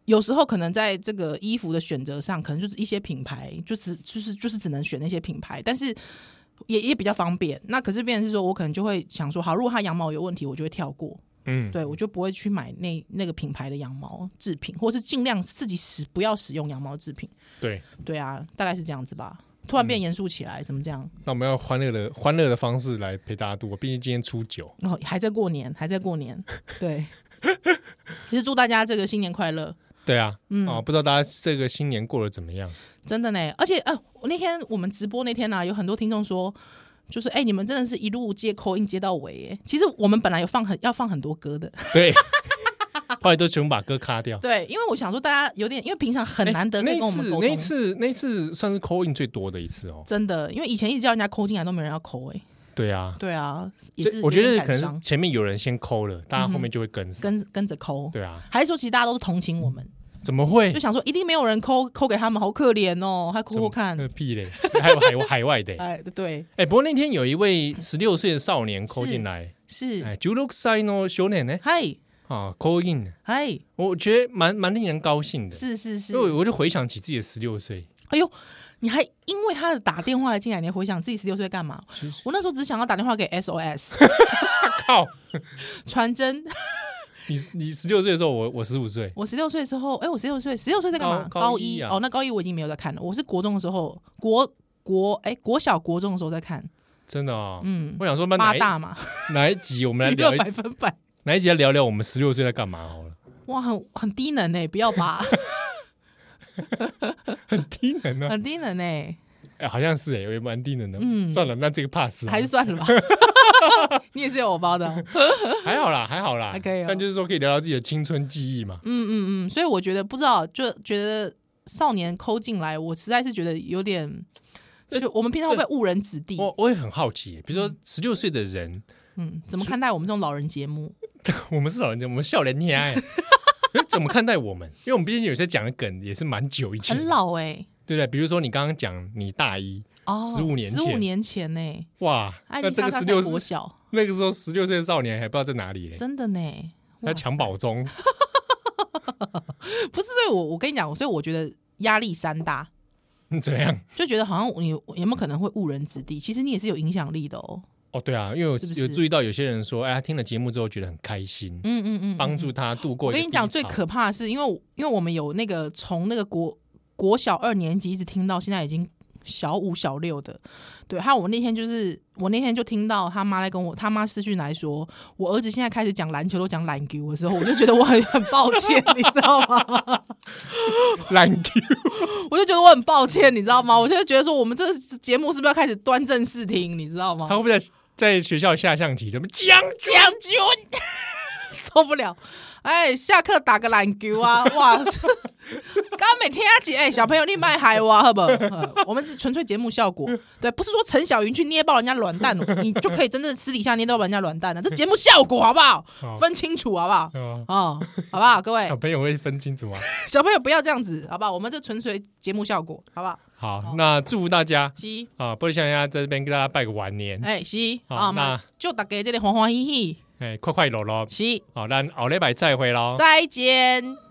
Speaker 1: 有时候可能在这个衣服的选择上，可能就是一些品牌，就只就是就是只能选那些品牌，但是也也比较方便。那可是变成是说我可能就会想说，好，如果它羊毛有问题，我就会跳过。
Speaker 2: 嗯，
Speaker 1: 对我就不会去买那那个品牌的羊毛制品，或是尽量自己使不要使用羊毛制品。
Speaker 2: 对。
Speaker 1: 对啊，大概是这样子吧。突然变严肃起来，怎么这样？
Speaker 2: 那我们要欢乐的欢乐的方式来陪大家度过，毕竟今天初九，
Speaker 1: 然、哦后还在过年，还在过年， 对。也是祝大家这个新年快乐，
Speaker 2: 对啊，嗯啊，不知道大家这个新年过得怎么样？
Speaker 1: 真的呢。而且，呃，我那天我们直播那天呢、啊，有很多听众说，就是哎、你们真的是一路接口音接到尾耶。其实我们本来有放很要放很多歌的，
Speaker 2: 对，后来都全部把歌卡掉。
Speaker 1: 对，因为我想说大家有点，因为平常很难得可
Speaker 2: 哎那
Speaker 1: 以跟
Speaker 2: 一
Speaker 1: 我们
Speaker 2: 次
Speaker 1: 沟通。
Speaker 2: 那一次那一次算是 call in 最多的一次哦。
Speaker 1: 真的，因为以前一直叫人家抠进来都没人要抠哎、
Speaker 2: 对啊，
Speaker 1: 对啊，也
Speaker 2: 这
Speaker 1: 是
Speaker 2: 我觉
Speaker 1: 有
Speaker 2: 得
Speaker 1: 点
Speaker 2: 可
Speaker 1: 感
Speaker 2: 能是
Speaker 1: 伤
Speaker 2: 前面有人先 call 了，大家后面就会跟上。
Speaker 1: 跟跟着抠，
Speaker 2: 对嗯啊，
Speaker 1: 还是说其实大家都是同情我们，
Speaker 2: 怎么会
Speaker 1: 就？想说一定没有人抠抠给他们，好可怜哦，还哭哭看
Speaker 2: 怎么，呃屁嘞， 还有海外海外的 欸。
Speaker 1: 哎，对，
Speaker 2: 哎，不过那天有一位十六岁的少年 call 进来，
Speaker 1: 是，
Speaker 2: 哎，九六岁呢，少年呢
Speaker 1: 嗨
Speaker 2: 啊 call in，
Speaker 1: 嗨，
Speaker 2: 我觉得蛮蛮令人高兴的。
Speaker 1: 是是是
Speaker 2: 所，以我就回想起自己的十六岁，
Speaker 1: 哎呦，你还因为他的打电话来进来，你还回想自己十六岁干嘛？我那时候只想要打电话给 SOS
Speaker 2: 靠！
Speaker 1: 传真。
Speaker 2: 你你十六岁的时候，我我十五岁，
Speaker 1: 我十六岁的时候，哎，我十六岁，十六岁在干嘛？
Speaker 2: 高
Speaker 1: 高
Speaker 2: 高一啊
Speaker 1: 哦，那高一我已经没有在看了，我是国中的时候，国国哎国小国中的时候在看，
Speaker 2: 真的啊、
Speaker 1: 嗯，
Speaker 2: 我想说，那哪
Speaker 1: 八
Speaker 2: 一
Speaker 1: 大嘛，
Speaker 2: 哪一集我 们来
Speaker 1: 娱
Speaker 2: 聊
Speaker 1: 乐
Speaker 2: 一
Speaker 1: 百分百。
Speaker 2: 哪一集来聊聊我们十六岁在干嘛 好了。
Speaker 1: 哇，很很低能欸呢、不要 吧，
Speaker 2: 低能啊，
Speaker 1: 很低能呢、欸
Speaker 2: 哎、好像是哎、我也蛮低能的。
Speaker 1: 嗯
Speaker 2: 算了，那这个 pass 啊
Speaker 1: 还是算 了吧。 你也是有偶包的啊，
Speaker 2: 还好啦，还好啦，
Speaker 1: 还可以哦
Speaker 2: 但就是说可以聊聊自己的青春记忆嘛。
Speaker 1: 嗯嗯嗯，所以我觉得不知道，就觉得少年抠进来，我实在是觉得有点，
Speaker 2: 而且
Speaker 1: 就我们平常会不会误人子弟？
Speaker 2: 我我也很好奇、比如说十六岁的人，
Speaker 1: 嗯，怎么看待我们这种老人节目？
Speaker 2: 我们是老人家，我们笑脸捏哎， 可是怎么看待我们？因为我们毕竟有些讲的梗也是蛮久以前，
Speaker 1: 很，老哎、
Speaker 2: 对不对？比如说你刚刚讲你大一，
Speaker 1: 哦，
Speaker 2: 15年前
Speaker 1: 十五年前呢、欸，
Speaker 2: 哇，
Speaker 1: 艾
Speaker 2: 那
Speaker 1: 丽
Speaker 2: 这
Speaker 1: 莎
Speaker 2: 个
Speaker 1: 莎
Speaker 2: 十
Speaker 1: 在
Speaker 2: 六哎
Speaker 1: 国小，
Speaker 2: 那个时候十六岁的少年还不知道在哪里嘞，
Speaker 1: 真的呢。
Speaker 2: 在
Speaker 1: 哇
Speaker 2: 襁褓中。
Speaker 1: 不是，所以我我跟你讲，所以我觉得压力山大，
Speaker 2: 怎样？
Speaker 1: 就觉得好像你有没有可能会误人子弟？其实你也是有影响力的哦。
Speaker 2: 哦，对啊，因为我
Speaker 1: 是不是
Speaker 2: 有注意到有些人说，哎，他听了节目之后觉得很开心，
Speaker 1: 嗯嗯嗯，
Speaker 2: 帮助他度过
Speaker 1: 我
Speaker 2: 一个
Speaker 1: 跟
Speaker 2: 低
Speaker 1: 你
Speaker 2: 潮。
Speaker 1: 讲，最可怕的是，因为我因为我们有那个从那个国国小二年级一直听到现在已经小五小六的，对。还有我那天就是我那天就听到他妈来跟我他妈私讯来说，我儿子现在开始讲篮球都讲篮球的时候，我就觉得我很很抱歉，你知道吗？
Speaker 2: 懒 Q，
Speaker 1: 我就觉得我很抱歉，你知道吗？我现在觉得说我们这节目是不是要开始端正视听，你知道吗
Speaker 2: 他？会不会在在学校下象棋？怎么将军？
Speaker 1: 将军 受不了，哎，下课打个篮球 啊！哇，刚每天啊姐，哎，小朋友你卖嗨哇， 好不好？呃我们是纯粹节目效果，对，不是说陈小云去捏爆人家卵蛋，哦你就可以真正私底下捏到人家卵蛋啊了、这节目效果好不好
Speaker 2: 好？
Speaker 1: 分清楚好不好？
Speaker 2: 哦
Speaker 1: 哦，好不 好？各位
Speaker 2: 小朋友会分清楚吗？啊
Speaker 1: 小朋友不要这样子，好不好？我们这纯粹节目效果，好不好？
Speaker 2: 好，那祝福大家
Speaker 1: 西，
Speaker 2: 啊！玻璃香鸭在这边跟大家拜个晚年，
Speaker 1: 哎西，
Speaker 2: 嗯好
Speaker 1: 啊嘛
Speaker 2: 那，
Speaker 1: 就大家这里欢欢喜喜，
Speaker 2: 哎，快快乐乐。
Speaker 1: 西，
Speaker 2: 好，那奥礼拜再会喽。
Speaker 1: 再见。